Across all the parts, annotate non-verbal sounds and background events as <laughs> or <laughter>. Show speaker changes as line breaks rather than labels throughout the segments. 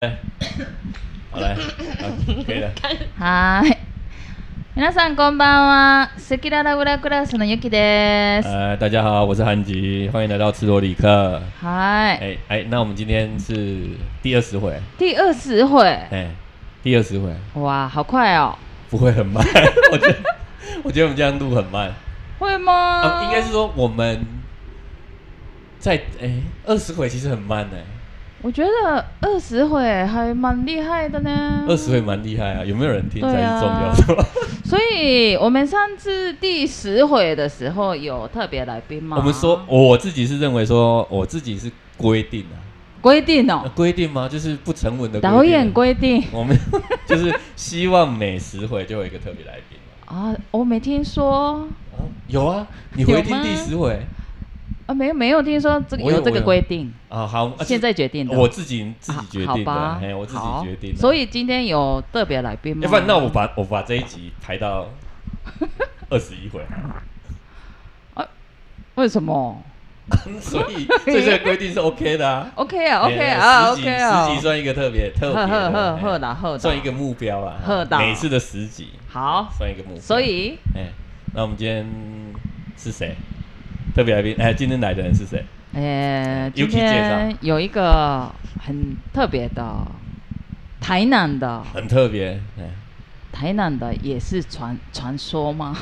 哎，好来，好可以了。
はーい。皆さんこんばんは。セキララグラクラスのゆきです。
呃，大家好，我是韩吉，欢迎来到赤裸里克。
はーい。
哎哎，那我们今天是第二十回，
第二十回，
哎，第二十回
哇，好快哦！
不会很慢， <laughs> 我觉得，我觉得我们这样录很慢。
会吗？
啊，应该是。说我们在哎二十回其实很慢呢、
我觉得二十回还蛮厉害的呢。
二十回。蛮厉害啊，有没有人听才
对
是
啊
重要的
<laughs>
吧。
所以我们上次第十回的时候有特别来宾吗？
我们说我自己是认为说我自己是规定啊，
规定
呃 <laughs>
哦，
规定吗？就是不成文的规定
导演规定
我们 <laughs> 就是希望每十回就有一个特别来宾嘛
啊，我没听说
哦有啊，你回
有
听
吗
第十回
啊，没有没有听说这个
我有
有这
我
个
有
规定。
啊，好，啊
现在决定的
我自己自己
好
决
啊好
定的
吧，
嘿，我自己
好
决定的。
所以今天有特别来宾吗？
要不然那我把我把这一集排
<laughs>
到二十一回，
为什么
所以所以这个规定是 OK 的啊。
？OK 啊
嘿
，OK
嘿
啊
十集
，OK 啊，
十集算一个特别特别
呵呵
的
呵
嘿
呵啦呵啦
算一个目标啦，
呵啦
每次的十集
好。
算一个目标。
所以
哎，那我们今天是谁？特别来宾哎，今天来的人是谁？
呃，今
Yuki 介绍
天有一个很特别的，台南的，
很特别，哎，
台南的也是传传说吗？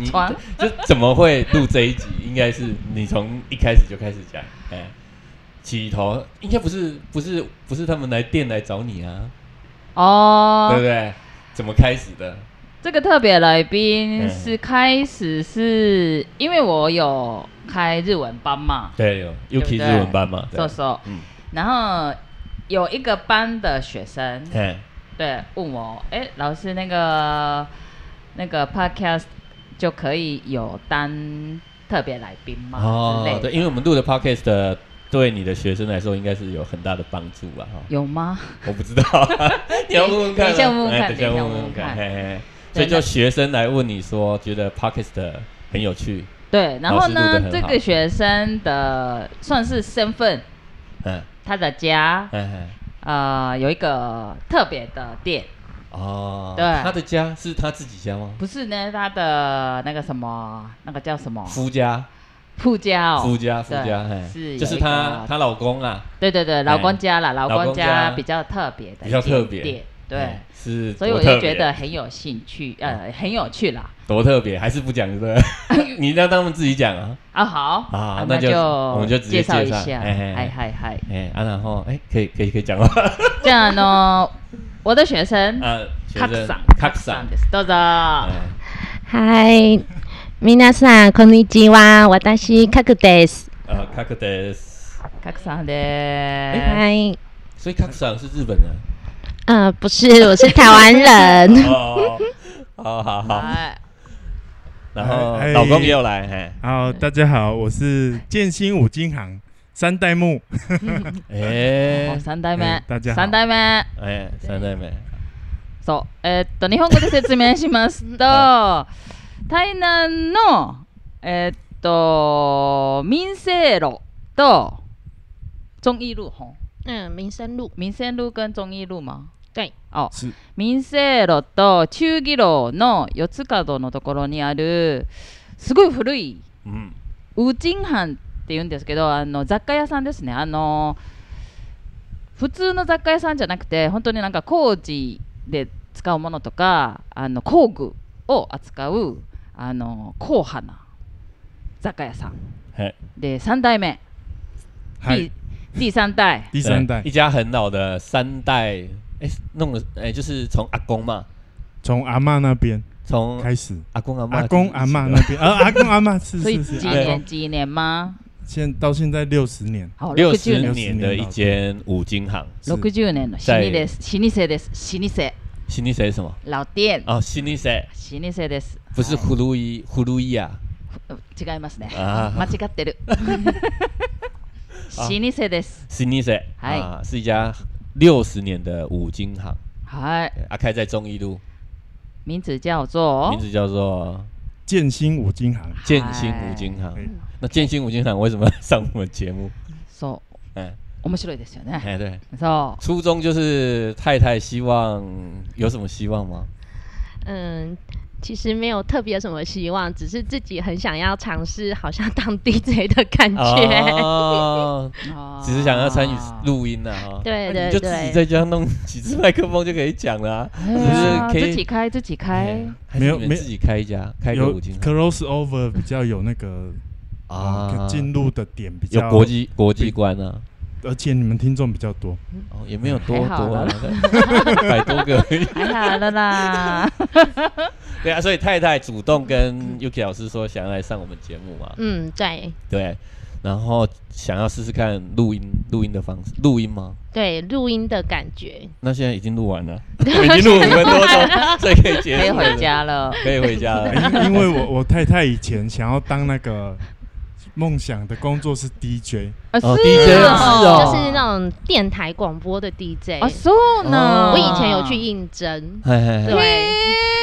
你
传
就怎么会录这一集？应该是你从一开始就开始讲，哎，起头应该不是不是不是他们来店来找你啊，对不
哦，
对？怎么开始的？
这个特别来
嗯
宾是开始是因为我有开日文班嘛，
对，有 UK 日
对不对
文班嘛，对
搜，搜，
嗯，
然后有一个班的学生，
哎，
对，问我，哎，老师那个那个 podcast 就可以有当特别来宾吗？之
哦
类，的
对，因为我们录的 podcast 的对你的学生来说应该是有很大的帮助吧？哈，
有吗？
我不知
<laughs>
道，你要问问看啊，
等一下嗯问问看
哎等一下
等一下
问
问
问
问
看，
看
嘿嘿嘿。所
对
以就
那
学生来问你说，觉得 podcast 很有趣，
对，然后
老师录得很好，
呢这个学生的算是身份，
嗯，
他的家
哎哎。
呃有一个特别的店，
哦，
对
他的家是他自己家吗？
不是呢，他的那个什么，那个叫什么
夫家，
夫家哦，
夫家，夫
对
家，嘿
是
就是
有一个
她她老公啊，
对对对，老公家啦，老
老公
公
家
家比较特别的，
比较特别
店，对
嗯。是多
所
特别，
以我就觉得很有兴趣，呃，很有趣啦。
多特别，还是不讲对不对？
<laughs>
你让他们自己讲啊，
啊，好
啊那
那
就我们就直接
介绍一
介绍
下，
嘿嘿嘿
嗨嗨嗨，
哎，啊，然后哎，可以可以可以讲吗？
这样呢，我的学生
<laughs> 啊，学
卡
生
桑，
卡桑，
ですどうぞ。
哎
嗨，皆さんこんにちは。私カクです。
呃，卡克德斯，
卡桑
哎
的，
嗨，
所以卡桑是日本人，
呃，不是，我是台
<laughs>
湾人。
<laughs> 哦，好好好，
哎，
然后
哎
老公也有来，嘿
好，大家好，我是建新五金行三代目。
哎
哦三代目
哎，大家好
三代目。
哎，三代妹，
そう、えーっと日本語で説明しますと、台南のえーっと民生路と中一路ほん
嗯，民生路。
民生路跟中一路吗？
对。
哦
是，
民生路と中義路の四つ角のところにあるすごい古い
嗯，
ウジンハンって言うんですけどあの雑貨屋さんですねあの普通の雑貨屋さんじゃなくて本当になんか工事で使うものとかあの工具を扱うあの硬派な雑貨屋さん
嘿，
で3代目
<laughs> 嗨
第，第3代
<laughs> 第三代
对一家很老的三代，哎，弄了，哎，就是从阿公嘛，
从阿嬷那边
从
开始，
阿公阿妈，
阿公阿嬷那边，呃，阿公
<laughs>
阿嬷是
所以
是是，
几
阿
年
公
几年吗
现到现在六十年，
好
六
60
十
年
年的一间五金行，
是
60年の老舗です老舗です老舗
新力谁什么？
老店
哦，新力谁？
老舗です
不是葫芦伊，葫芦伊啊，
違いますね。
<laughs> あー
間違ってる。老舗です。
新力谁？
嗨
啊，是一家六十年的五金行，
はい。
对啊，开在中义路，
名字叫做
名字叫做
建新五金行。
建新五金行
嗨。
那建新五金行为什么上我们节目？
そう。
嗯，
面白いですよね。
哎，对，
そう。
初衷就是太太希望有什么希望吗？
嗯，其实没有特别有什么希望，只是自己很想要尝试，好像当 DJ 的感觉。
哦，只是想要参与
あー
录音呐、啊，哈。
<laughs> 对
那
对
你就自己
对，
在家弄几支麦克风就可以讲了、啊，
哎呀
只是可以
自己开自己开
哎，还是你
没
们
有没
自己开一家，开个啊
有
五金行
crossover 比较有那个啊进入的点比较
有国，际国际观啊，
而且你们听众比较多，
<laughs> 哦，也没有多
还好
多啊
啦，
百多个 <laughs> 而已。
还好
<laughs>
了啦。
对啊，所以太太主动跟 Yuki 老师说想要来上我们节目嘛，
嗯对
对，然后想要试试看录音录音的方式，录音吗？
对，录音的感觉。
那现在已经录完了，已经录五分多钟，所以可以结
可以
束了
回，家了。
可以回家了。
哎因因为我我太太以前想要当那个梦想的工作是 DJ，
啊，
哦
是
DJ
哦
是哦
嗯就是那种电台广播的 DJ
啊，。そうなん。
哦
我以前有去应征，
嘿嘿嘿
对，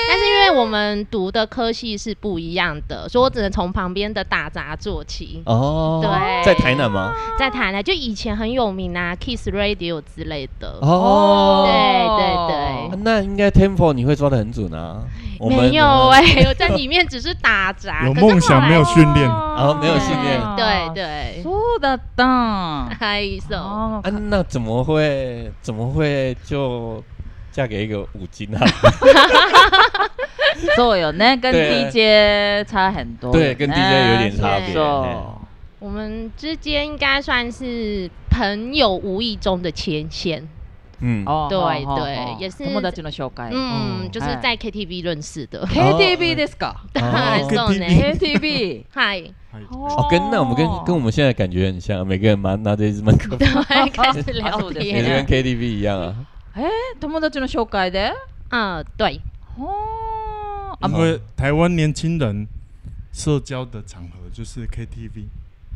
但是因为我们读的科系是不一样的，所以我只能从旁边的打杂做起。
哦，
对
在台南吗？
在台南就以前很有名啊，Kiss Radio 之类的。
哦，
对对
啊那应该 tempo 你会抓的很准啊。我们
没有哎、 <laughs> 我在里面只是打杂，
有
可是后
梦想
来
没有训练，
哦没有训練
对。对，
そうだったん。
嗨手，
あ
啊，那怎么会怎么会就嫁给一个五金啊？
そうよ
<laughs>
ね。跟
对
DJ 差很
<laughs> <laughs>
多。
对，跟 DJ 有点差
对
别。
そう。
我们之间应该算是朋友无意中的牵线，
嗯，
<laughs>
哦
对
哦哦
对
哦
也是
友達の紹介。
<laughs>
嗯，
嗯
就是在 KTV 认识 <laughs> 的。
KTV ですか。
嗨
哦
手呢？
<laughs>
KTV。
嗨，
哦，跟那我们跟跟我们现在感觉很像，每个人拿拿着一支麦克风，
<laughs> 对，开始
啊
聊
そうです
也是
ね
跟
天。
KTV 一样啊。
友達の紹介で。
嗯，对，
哦，啊
因，为台湾年轻人社交的场合就是 KTV，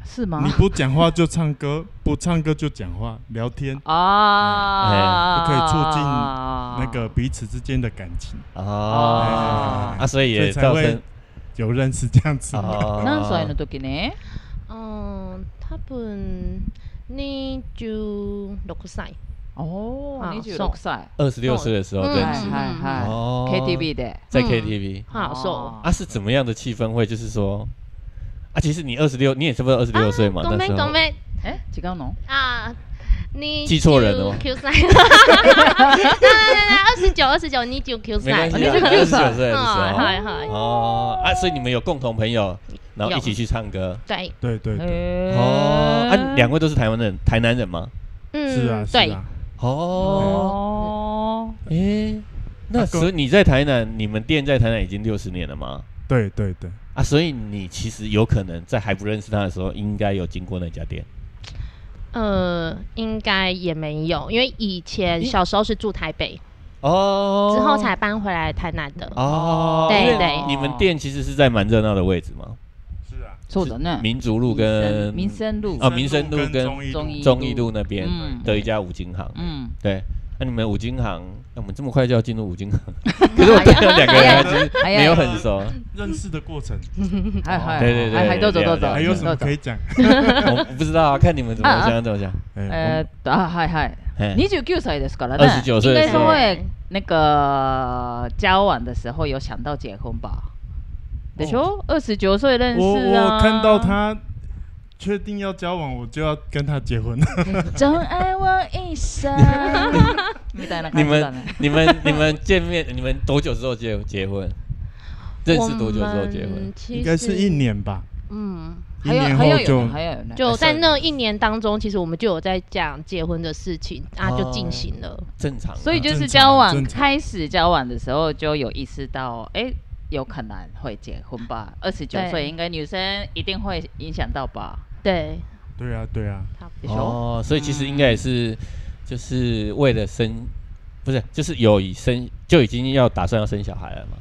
是吗
你？不讲话就唱歌， <laughs> 不唱歌就讲话聊天，
啊，
可以促进那个彼此之间的感情，
哦，啊，所以
所以
也
才
造
会
成 <laughs>
有认识这样子。
哦
何歳の時に
嗯，多分二十六歳。
お
あ
ー26歳
二十六岁的时候
嗯
认
はい
识
嗯
はい
哦
はい KTV で
在
嗯
KTV
好瘦。
啊，是怎么样的气氛会就是说啊，其实你二十六，你也差不多二十六岁嘛，
啊
那时
ご
候
めんごめん
え違うの
啊，你
记错人了吗
Q 三，对对对，二十九二十九，你九 Q
没关
三，
系
你
啊，
是
二
Q
十九
仔
岁的时候
嗨嗨，
哦啊，所以你们有共同朋友，然后一起去唱歌
对，
对对对，
へ
哦啊，两
位
位都是台湾人，台南人吗？
嗯，
是啊是
对，
啊，
哦，
哦
嗯
诶，那
啊
所以你在台南，你们店在台南已经六十年了吗？
对对对，
啊，所以你其实有可能在还不认识他的时候，应该有经过那家店。
呃，应该也没有，因为以前小时候是住台北，
哦，
之后才搬回来台南的，
哦，
对
因为
对
你们店其实是在蛮热闹的位置嘛，
是啊，
そうだね
民族路跟
嗯民生路
啊民生路跟
中医
中义路那边
嗯
的一家五金行。
うん
对，那你们五金行，那我们这么快就要进入五
<laughs>
金行，可
哎
是我对这两个人还是
早い
没有很熟。
认识的过程，
嗯
哎
はいはい
对对对
はいはいどうぞどうぞ
对
还有什么
どう
可
ぞ
以讲？
我不知道啊，看你们怎么
啊啊
想怎么想。
哎
えーっとあはいはい
哎
29歳ですからね
29岁
应
的
该
时
是
候
会那个交往的时候有想到结婚吧でしょ29岁认
我
识啊
我看
<laughs>
到他确定要交往，我就要跟他
<laughs>
结婚。
真爱我一生 <laughs> みたいな
你
感じだ
们
ね。
你们 <laughs> 你们见面，你们多久之后结结婚？认识多久之后结
我
婚
们？其实
应该是一，年吧，
嗯，
一
还有
年
还有
后
有
就
呢还有有呢
呃
就在那一年当中，其实我们就有在讲结婚的事情，啊，
哦
就进行了，
正常啊。
所以就是
正常
交往
正常
开始交往的时候就有意识到，哎、有可能会结婚吧？二十九
对
岁应该女生一定会影响到吧？
对，
对啊对啊，
差不
で
多
しょ？
哦，所以其实应该也
嗯
是，就是为了生，不是，就是有已生就已经要打算要生小孩了嘛。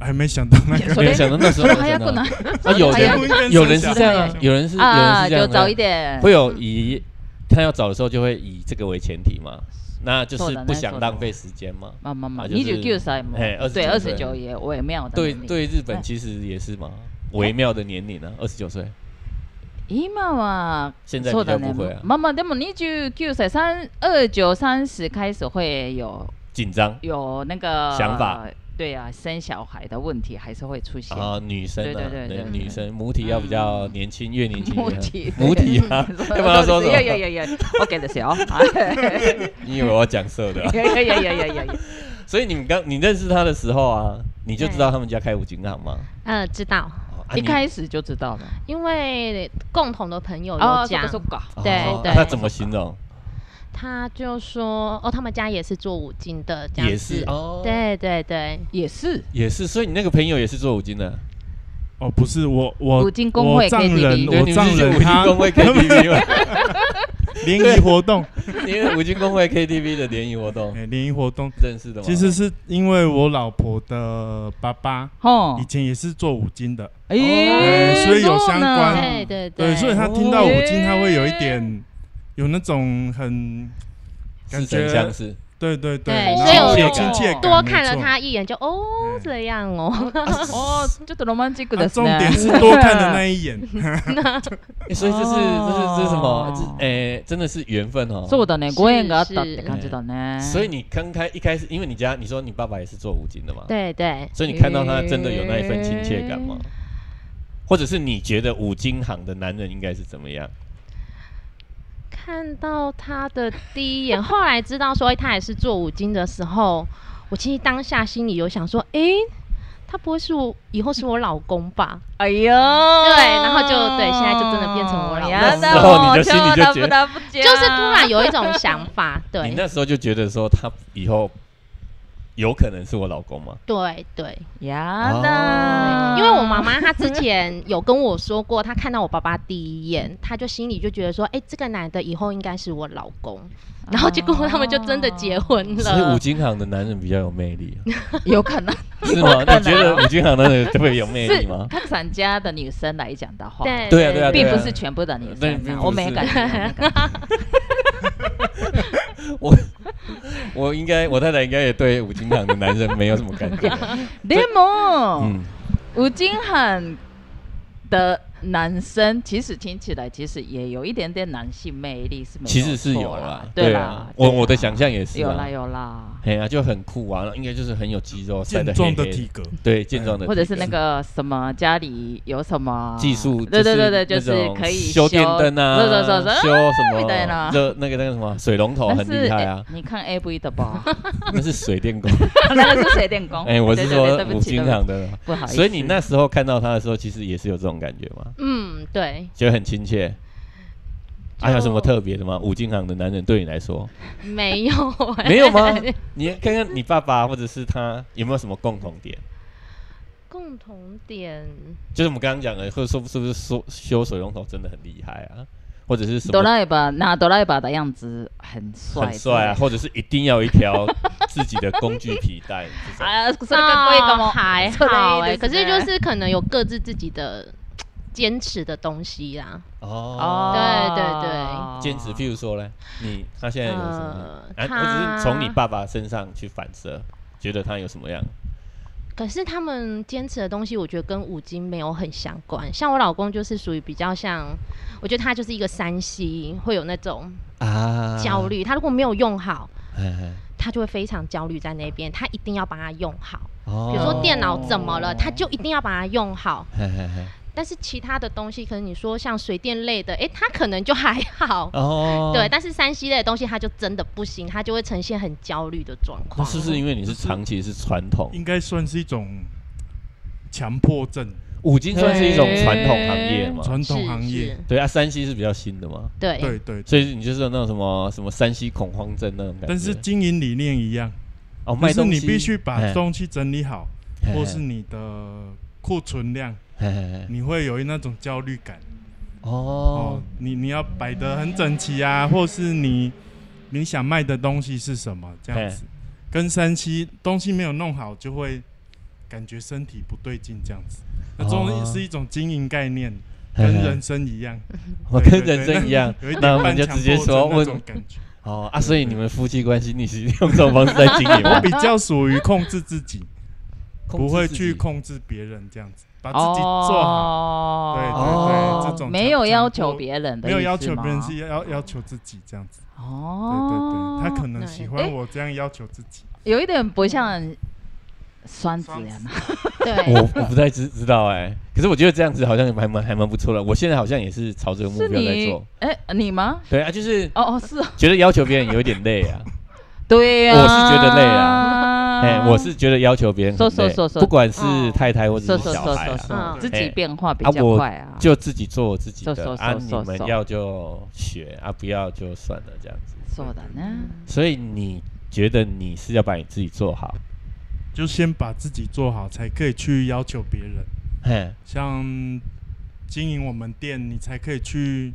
还没想到那
いや
<laughs>
个
そ
没有
れ
想到那
<laughs>
时候
それ
真的
早くない？
啊， <laughs> 有
早
く
人有人是这样啊，
对
有人是有人
啊，
是这
就
样的
早
啊
一，点。
会有以他要找的时候就会以这个为前提嘛，那就
そう
是
だね
不想浪费时间嘛。
まあまあまあ、
啊就是
二十九歳も、
哎29
对，二十
岁
九也微妙的
对
年龄，哎
对，日本其实也是嘛，微妙的年龄啊，二十九岁。
今は
现在
そ
比
う
较
だ
不
ね
会啊，
まあまあでも29歳三二九三十开始会有
紧张
有那个
想法，
对啊，生小孩的问题还是会出现。
啊，女生
对
啊，
对对对对
女生母体要比较年轻，越年轻越
母
好 <laughs>
体，，
母体啊
<laughs>
要不然要说什
いやいやい
么？
やいや OK ですよ。はい
你以为我讲色
<laughs>
的啊？
いやいやいやいやいやいや。
所以你们刚你认识他的时候啊，你就知道他们家开五金行吗？
呃，知道，
哦啊
一
你
开始就知道了。
因为共同的朋友
哦，
有
そっ
讲
か，そっか。
哦
对
啊
对
他怎么形容？
他就说哦，他们家也是做五金的，这样
也
子
是哦，，
对对对，
也是
也是。所以你那个朋友也是做五金的，
哦，不是我我
五金工会
我丈
KTV
人
对，
我
你们
丈
是去
人
五金
他
工会 KTV 吗？
<laughs> 联谊活动，
<laughs> 你们五金工会 KTV 的联谊活动
哎联谊活动
认识的吗？
其实是因为我老婆的爸爸
哦
以。前也是做五金的，
诶
哎所以有相关
哦
そうなん
对对哦
对，所以他听到
哦
五金，他会有一
哎
点有那种很
似曾
感觉
相
<laughs>
识，
对对
对
然
所以
后
我
有
就
亲切感，
多看了
没错啊
他一眼就哦
嗯
这样哦，
哦，ちょっとロマンチック
啊
です
重
ね。
点是多看的那
<laughs>
一眼，
欸所以这是这是这是什么？
哦
这哎，真的是缘分哦。
そうだね、
是
ご縁があったって感じだね。
所以你刚开一开始，因为你家你说你爸爸也是做五金的嘛，
对对，
所以你看到他真的有那一份亲切感吗？或者是你觉得五金行的男人应该是怎么样？
看到他的第一眼， <laughs> 后来知道说他也是做五金的时候，我其实当下心里有想说，诶，他不会是我以后是我老公吧？
哎呦，对，
然后就对现在就真的变成我老公
やだ
然后
もう
你就心里就
超
觉得
ラブラブじゃん
就是突然有一种想法，
你
对
那时候就觉得说他以后有可能是我老公吗？
对对，
やだ、
因为我妈妈她之前有跟我说过，她看到我爸爸第一眼，她就心里就觉得说，诶，这个男的以后应该是我老公，然后结果他们就真的结婚
所以
了
五。金行的男人比较有魅力啊、
有可能
是吗？
能啊
你觉得五金行的男人特别有魅力吗？
看散家的女生来讲的话，
对
对啊对啊
并不是全部的女
对
生
并
这样，
不是
我没感觉。我没感觉
我我应该我太太应该也对五金行的男人没有什么感觉。
<laughs> でも、
嗯，
吴京很的男生，其实听起来其实也有一点点男性魅力，是没
其实是
错
有
啦
啦，，
对啦
啊，，我
对啦
我的想象也是
有
啊
啦，有啦，
哎呀、就很酷啊，应该就是很有肌肉，晒
健
得
壮
黑
的
黑
体，格，
对健壮的体格，
或者是那个什么家里有什么
技术，
对对对对，就
就是是那种
可以
修电灯啊，
对对对对，
修什
みたい
<laughs> 么
な
热那个那个什么水龙头
但
很
是
厉害啊
哎，你看 A V 的吧，
那是水电
<laughs>
工。
那个是水电工。
哎，我是
哦对对对
说
对不
五
起，
金
对不
行
起
的，
不好意思。
所以你那时候看到他的时候，其实也是有这种感觉吗？
嗯，对，
觉得很亲切。
就
还有什么特别的吗？五金行的男人对你来说
没有、欸，
没有吗？你看看你爸爸或者是他有没有什么共同点？
<laughs> 共同点，
就是我们刚刚讲的，或者说是不是说修水龙头真的很厉害啊，或者是什
哆
么
啦 A 吧，那哆啦 A 吧的样子很帅，
很帅啊，或者是一定要一条自己的工具皮带这
<laughs>
对。
哎
种。
啊，それかっこいい
哦
かも。
还好哎、
それいいですね
可是就是可能有各自自己的坚持的东西啦。
哦，
对
坚持，譬如说呢，你他现在有什么？
呃
啊，我只是从你爸爸身上去反射，觉得他有什么样？
可是他们坚持的东西，我觉得跟五金没有很相关。像我老公就是属于比较像，我觉得他就是一个山西，会有那种
啊
焦。虑。他如果没有用好，
哎哎
他就会非常焦虑在那边。他一定要把它用好。
哦
比如说电脑怎么了，他就一定要把它用好。
嘿嘿嘿
但是其他的东西，可能你说像水电类的，诶，欸他可能就还好。
哦，
对，，但是山西类的东西，他就真的不行，他就会呈现很焦虑的状
那
况。
是不是因为你是长期是传统？
应该算是一种强迫症，
五金算是一种传统行业嘛？
传统行业
是，，
对啊，山西是比较新的嘛，
对
对对。
所以你就是有那种什么什么山西恐慌症那种感觉。
但是经营理念一样，
哦，
就
卖
是
东西
你必须把
哎
东西整理好，
嘿
或是你的库存量，
嘿嘿嘿
你会有那种焦虑感。
哦
哦，，你你要摆得很整齐啊，或是你你想卖的东西是什么这样子，跟山西东西没有弄好，就会感觉身体不对劲这样子。那这种
哦
是一种经营概念，
嘿
跟
哦嘿
人生一样，
<laughs> 我
对
跟人生一样，
<laughs> 有一
那
点
我们
半
就
强
直接
迫
说
症那
问
种感觉。
哦啊， <laughs>
<laughs>
所以你们夫妻关系你是用这种方式在经营吗
我？比较属于控制自己，
控制
不会
自
去
己
控制别人这样子，啊把自己做好。
哦，
对对对，这种
没有要求
人，
别人的意思
没
吗，
有要求别人，是要要求自己这样子。对
哦，
对对，他可能
对
喜
诶
欢我这样要求自己。
有一点不像酸啊子呀嘛，
对，
<laughs> 我我不太知知道哎、可是我觉得这样子好像还蛮还蛮不错的。我现在好像也是朝这个目
是
标在
你
做。
哎你吗？
对啊，就是
哦哦是哦，
觉得要求别人有点累啊。
对呀，
我是觉得累
啊
哎、我是觉得要求别人很累
说说说说
不管是
哦
太太或者
说
是
说
小
说
孩
说
啊，
说
嗯，
自己
哎
变化比
啊
较
我
快啊，
就自己做我自己
说
的
说
啊，
说
你
说
们
说
要就学啊，不要就算了这样子。
そうだね。
所以你觉得你是要把你自己做好？
就先把自己做好，才可以去要求别人。
嘿，
像经营我们店，你才可以去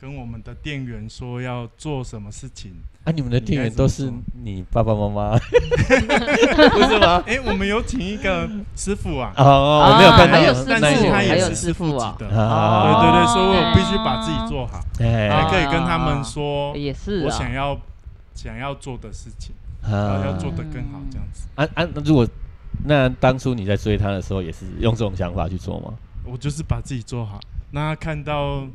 跟我们的店员说要做什么事情。
啊，你们的店员
你该怎么
都是你爸爸妈 <laughs> 妈，不是
<laughs>
吗？
哎、我们有请一个师傅啊，
哦，我没有看到，
还有师
但
那一
是
些
他
还
也
有
是
师
师
傅
傅级
啊
的。对
啊，
对对，所以我必须把自己做好，
哎
才
啊
可以跟他们说
也是
我
啊
想要想要做的事情，然后
啊
要做得更好这样子。
啊啊！那如果那当初你在追他的时候，也是用这种想法去做吗？
我就是把自己做好，那他看到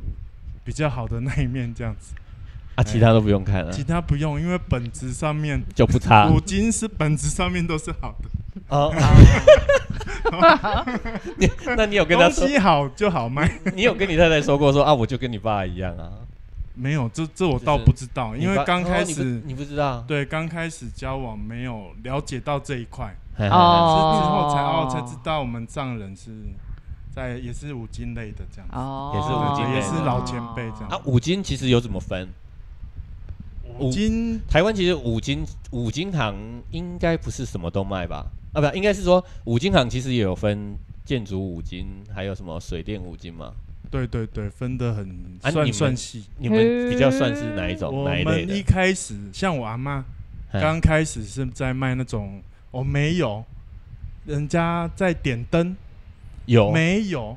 比较好的那一面这样子，
啊，其他都不用看了
其，他不用，因为本质上面
就不差 <laughs>
五金是本质上面都是好的，
哦。你那你有跟他
东
说，
西好就
<laughs>
好卖。
你有跟你太太说过说啊，我就跟你爸一样啊？
没有，这这我
就是
倒不知道，因
你爸
为刚开
哦你
始
不你不知道，
对刚开始交往没有了解到这一块，
嘿嘿嘿
是
哦
之后才哦才知道我们丈人是在也是五金类的这样子。
哦，
也是五金类的也是
老前辈这样
啊，五金其实有怎么分？
五金
台湾其实五金五金行应该不是什么都卖吧？啊，不，应该是说五金行其实也有分建筑五金，还有什么水电五金嘛？
对对对，分得很
啊你
算
们
算细。
你们比较算是哪一种
嗯我
哪一类
们
的嗯
一？开始像我阿妈，
嘿
刚开始是在卖那种哦没有，人家在点灯
有
没有，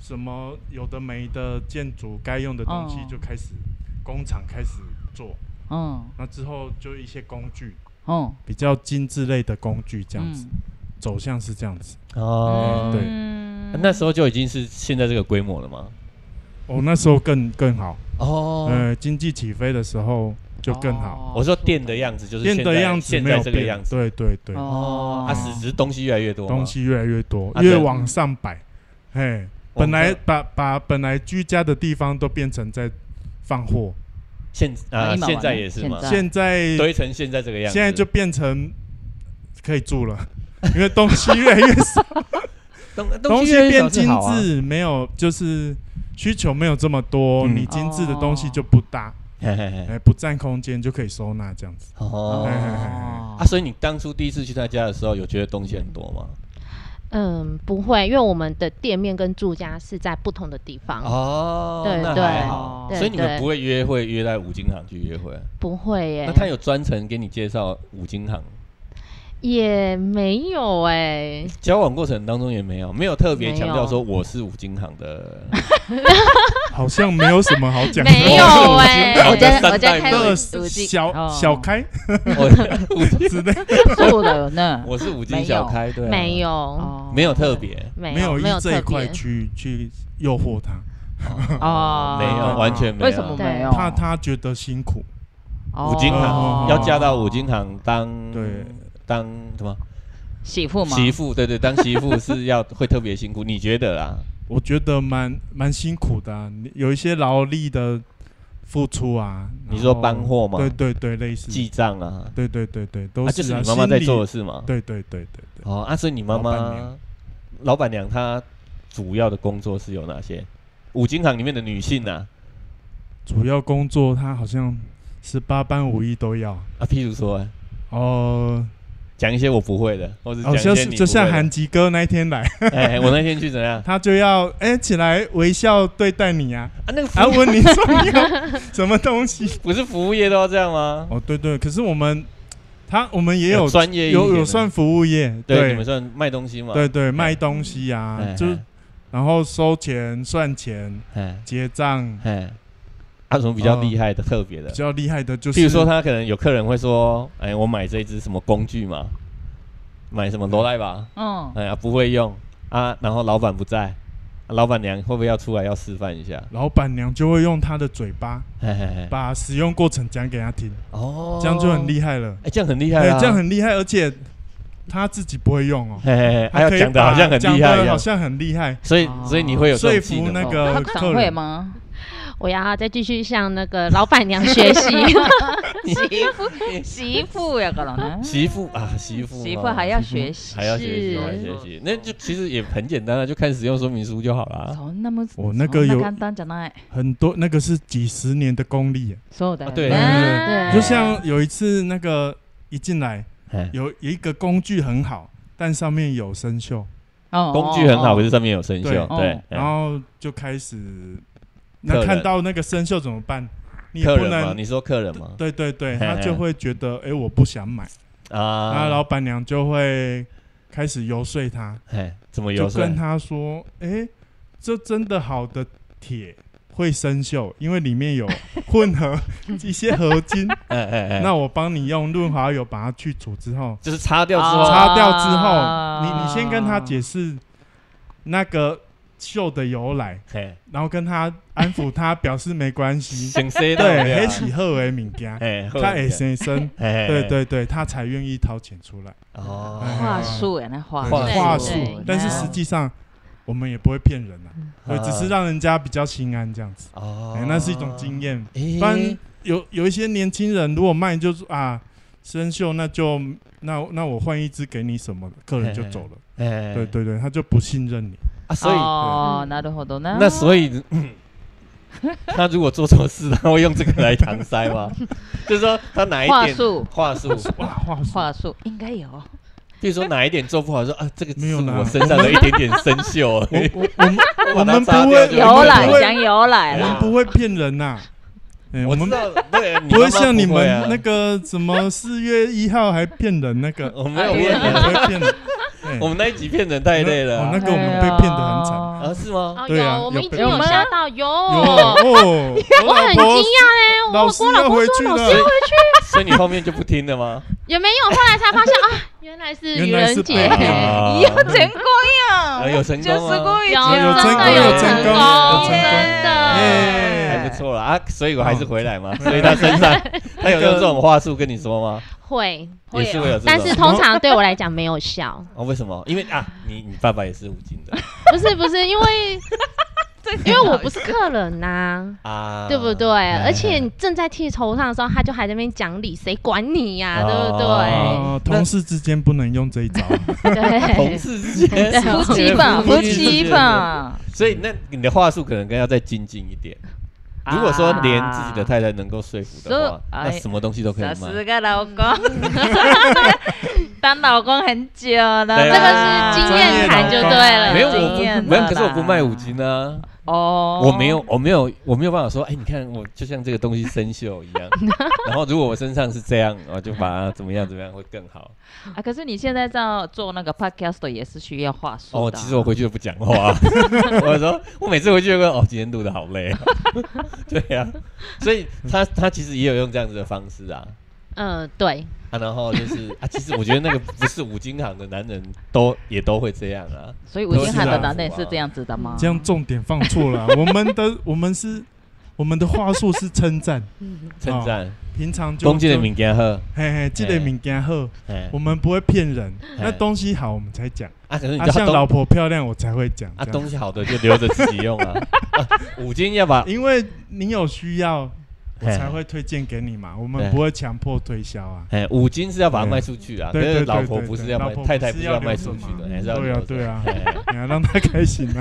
什么有的没的建筑该用的东西
嗯
就开始工厂开始做，
うん。
那之后就一些工具
うん。
比较精致类的工具这样子
嗯
うん。
走向是这样子。
哦，
아,
嗯
네.
对
啊
对
那时候就已经是现在这个规模了吗？
哦，那时候更更好，
哦，
呃，经济起飞的时候就更好，
我说店的样子哦就是
店
现
的
在
样子
现
没
在
有
这个
变，
样子。
对对对，
아,
哦，啊，只只是东西越来越多吗，
东西越来越多，
啊对
越往上摆，嘿，本来把把本来居家的地方都变成在放货，
现啊
啊
现在也是吗？
现在
现在
堆成现在这个样子，
现在就变成可以住了， <laughs> 因为东西越来越少，
<laughs> 东
东西
越来越
变
少是
精
好啊，
致，没有就是需求没有这么多，
嗯哦
你精致的东西就不搭，
嘿嘿嘿
哎，不占空间就可以收纳这样子。
哦
哎哎哎
啊，所以你当初第一次去他家的时候，有觉得东西很多吗？
嗯，不会，因为我们的店面跟住家是在不同的地方，
哦，
对
那
对
还好，
对
所以你们
对
不会约会约在五金行去约会啊？
不会耶、
那他有专程给你介绍五金行？
也没有哎、
交往过程当中也没有，没有啊特别强调说我是五金行的， <laughs>
好像没有什么好讲的，
没有
<laughs>
哎、
我
我
在
在
三
我在
代
开
目
五
乐
五金，
小
哦
小开
我五金
之类，
そうだよね。
我是五 <laughs> 金小开，对啊，
没有、
哦
没有特别，
没
没有
没有
依这
特
一块
别，
去去诱惑他，
啊
没有完全没有，
为什么没
哦
有？
怕他觉得辛苦。
五金行
哦
要嫁到五金行当
对
当什么
媳妇吗？
媳妇？对对，当媳
<laughs>
妇是要会特别辛苦，你觉得啊啦？
我觉得蛮蛮辛苦的、啊，你有一些劳力的付出啊。
你
然
说
后
搬货吗
对对对，类似。
记账啊，
对对对对，都
啊，
是、
就
啊
是你妈妈在做的
心
事嘛
理。对对对对对，
哦，啊，所以你妈
老板
妈
娘
老板娘她主要的工作是有哪些？五金行里面的女性啊，
主要工作他好像十八般武艺都要
啊，譬如说欸
哦、
讲一些我不会的，或者讲
哦，
一些
就
你
是
不会的
就像韩吉哥那一天来，
<laughs>
<laughs>
哎，我那天去怎样啊？
他就要哎、起来微笑对待你啊，
那个服
啊
务
问你说你要 <laughs> 什么东西？
不是服务业都要这样吗？
哦，对对，可是我们他我们也有
专业一点
有
的
有算服务业，
对你们算卖东西嘛？
对对，卖东西啊
哎，
就是然后收钱、算钱、
哎
结账，
哎，还有什么比较厉害的、特别的
比？较厉害的哦就是，
譬如说，他可能有客人会说：“哎，我买这一支什么工具嘛，买什么罗赖吧，
嗯，
哎呀不会用啊，然后老板不在，啊老板娘会不会要出来要示范一下？”
老板娘就会用她的嘴巴
嘿嘿嘿
把使用过程讲给他听，
哦，
这样就很
害，
厉害了。
哎，这样很厉害
对
啊，，
这样很厉害，而且他自己不会用哦，
嘿嘿嘿， <laughs> 还
他
要
可以
讲的
把
好像很
讲
厉害
得
一
好
样，
像很厉害。
所以所以你会有这
说
种技
服
能
那
哦
个
他
客
长会 <laughs>
人，
吗？
我要再继续向那个老板娘学习。
媳妇，媳妇やから
<laughs>
ね。
媳妇啊，媳妇嘛，
媳妇还要学习
还要学习，
是
还要学习，那
네,
就其实也很简单了，啊就看使用说明书就好了。
そんなむず
啊我那个
そ
有
んな簡単じゃない。
很多那个是几十年的功力耶，
そうだよ
啊对
ね。
就像有一次那个一进来
哎
有有一个工具很好，但上面有生锈，
哦
工具很好，
哦
可是上面有生
对
锈，对
哦，
哎
然后就开始
客
那
人
看到那个生锈怎么办？你也
客
不
人嘛，
能。
你说客人嘛，
对对对，
嘿
他
嘿
就会觉得，哎、我不想买。那
啊，
老板娘就会开始游说他，
哎，怎么
就
有水
跟他说：“哎、这真的好的铁会生锈，因为里面
<laughs>
有混合一些合金。
哎 <laughs> 哎哎，
那我帮你用润滑油把它去除之后，
就是擦掉之后，
啊
擦掉之后，
啊
你你先跟他解释那个锈的由来，
嘿，
然后跟他安抚他，表示没关系。
先塞到 <laughs>
对，
对
黑
啊
起后为敏感，
哎，后
他
面
也先生，
哎，
对对对，他才愿意掏钱出来。
哦，
哎
話術やね、話
话
对
术
话
术
术
对，
但是实际上我们也不会骗人啊，对，
啊
只是让人家比较心安这样子。
哦
哎，那是一种经验。
验
不然有有一些年轻人如果卖就是啊生锈，那就那那我换一只给你什么，客人就走了。
哎，
对对对，他就不信任你。
啊，所以
哦、啊なるほどね。
那所以， <coughs> 嗯他如果做错事，他会用这个来搪塞
<laughs>
吗？就是说他哪一
话
点
术，
话术，
哇，话术
话术应该有。
比如说哪一点做不好，说啊，这个只
没
是
有啦
我身上的一点点生锈而已，
我我我们
把它
我
擦
们不
掉
会
就
有
由来
啦不会
讲由来
我们
啦。
不会骗人呐。哎，
我
我
知
们
道，对，
不会像你
妈妈不会
们
啊
那，个什么四月一号还骗人
<laughs>
那个，
我没有
哎
骗
我
人，
们不会骗人。哎
哦我们那一集骗人太累了
哦那
啊
个我们被骗得很惨。
哎
啊，
呦
是吗？
哦，
对啊
有，我们
有
一直
被
有
有吗
吓到，有，
有哦，
我很惊讶嘞，
老
我
师
我老
要
公
回
说
去
老
了
师
所以你后面就不听了吗？
也没有，后来才发现
<laughs>
啊，原来是
原
愚
来是
人节
白。
天
いや、成功や
あ
ん。
有成功啊
すごい
有
じゃん
有成功
真的
有成
功
功有成功
真
哎耶
还
的。
不错啦啊，所以我还是回来嘛。所以他身上，他有用这种话术跟你说吗？
会，
也是会有这种，
但是通常对我来讲没有效，
哦，为什么？因为啊，你你爸爸也是五金的
不是不是，
<laughs>
因为因为我不是客人呐、
啊，
对不对？
哎
而且你正在剃头上的时候，他就还在那边讲理，谁管你呀、
哦
对不
哦
对？
哦，同事之间不能用这一招。啊
同 <laughs>
对，
事之间，
夫妻吧，
<laughs>
夫
夫
妻之间
妻。吧。
所以那你的话术可能更要再精进一点。如果说连自己的太太能够说服的话，
啊
那什么东西都可以
さ
卖。
すが老公，当老公很久了啦，
对
这个
啊
是经验谈就对了。
没有，
经
我
验
不
的
没有，可是我不
啦
卖五金啊，
哦，
我没有，我没有，我没有办法说，哎，你看我就像这个东西生锈
<laughs>
一样。然后如果我身上是这样，我就把它怎么样怎么样会更好。
啊。可是你现在在做那个 podcast 也是需要话术
哦，
的啊。
其实我回去就不讲
<laughs>
话， <laughs> 我说我每次回去就跟哦， <laughs> 今天录的好累、啊，对呀、所以他他其实也有用这样子的方式啊，
嗯，对，
啊，然后就是啊，其实我觉得那个不是五金行的男人都也都会这样啊，
所以五金行的男人
都
是
是这样子啊
这样子的吗？
这样重点放错了啊，
<laughs>
我们的我们是我们的话术是称赞，
称赞
平常哦就
攻击的，敏感喝，
就嘿嘿，记得敏感好，
哎
我们不会骗人，
哎
那东西好我们才讲，
啊，可是你
啊，
知
像
道东
老婆漂亮我才会讲
啊
这
东
样，
西好的就留着自己用啊，啊五金要把
因为你有需要我
哎
才会推荐给你嘛，我
哎
们不会强迫推销啊。
哎五金是要把它卖出去啊，
对对
可是
对
老婆
对
不是
对
要
老
卖，
婆
太
不
太
是
不是
要
要卖
留
出
着
去
嘛
的，还是要
对啊
留着
<laughs> 对啊
哎
<laughs> 你要让他开心啊！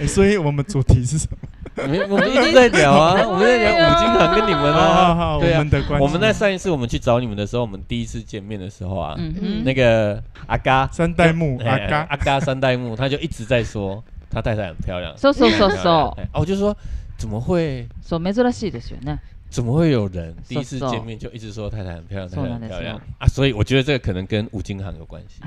哎、所以我们主题是什么？
你们我们一直在聊啊，我们在聊五金行跟你们
好好
啊
好，
对
我
啊
们。的关系，
我们在上一次我们去找你们的时候，我们第一次见面的时候啊，
嗯
嗯
哼，
那个阿嘎
三代目
哎
阿
哎
嘎，
阿嘎三代目，他就一直在说他太太很漂亮，
そうそうそう
很漂亮
そ
哎哦，我就说怎么会
う、そう珍しいですよね。
怎么会有人第一次
瘦瘦
见面就一直说太太很漂亮，太
瘦
太
男
很
的
漂
时候
亮啊？所以我觉得这个可能跟五金行有关系，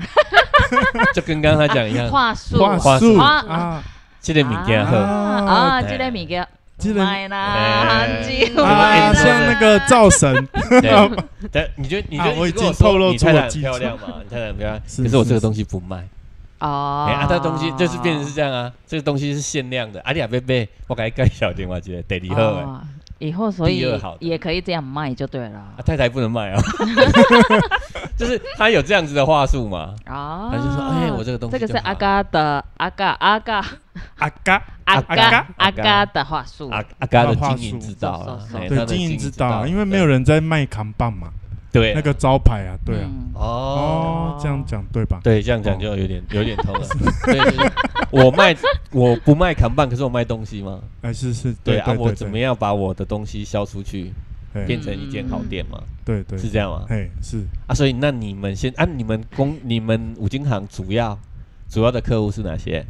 就跟刚刚他讲一样，
話術
话
话
术
术
啊。
这个物件好，
あ
啊
あー、ジレミが。
ジレミ
うま
え
いなー、
ー
ハンジうまい
哎
啊，
なー
像那个灶神，
对，但你就你就
啊
一直
我已
跟我
经透
说
露
你
出
太
我
太很
技
漂
术
亮嘛，你太太很漂亮，
是
可是我这
是
个
是
东西不卖。
あ
哎、
ー
啊，他东西就是变成是这样啊，这个东西是限量的，啊，你也贝贝，我给他盖小电话机，得礼盒哎，
哦以后所以
第二好的
也可以这样卖就对了
啊，太太不能
<laughs>
卖啊， <laughs> 就是他有这样子的话术嘛，
啊
他就说哎我这个东西
这个是
就好
阿嘎的阿嘎阿嘎
阿嘎
阿
阿
嘎
嘎
阿嘎的话
嗯
术，
阿阿嘎的
他话
经营
术
之道啊
是，是
哎他
对
的
经营之道啊，
对
因为没有人在卖扛棒嘛，
对啊
那个招牌啊，对啊，
嗯
哦。
哦，这样讲对吧？
对，这样讲就有点有点通
<laughs>
了。对，就是我卖我不卖扛棒，可是我卖东西吗？
哎，是是，
对
对
啊，
对
我
对，
怎么样把我的东西销出去，
对
变成一间好店嘛？
对对，
是这样吗？
哎，是
啊，所以那你们先啊，你们公你们五金行主要主要的客户是哪些？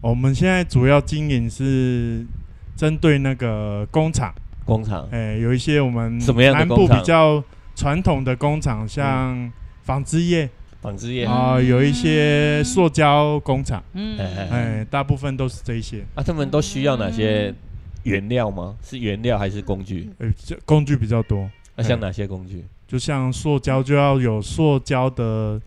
哦我们现在主要经营是针对那个工厂，
工厂
哎，有一些我们
什么样的
南部
工厂嗯
比较传统的工厂，像纺织业
纺织业、
啊，有一些塑胶工厂，
哎
嗯，
哎，大部分都是这一些。
啊，他们都需要哪些原料吗？是原料还是工具？
呃，这工具比较多，
那、像哪些工具？
就像塑胶就要有塑胶的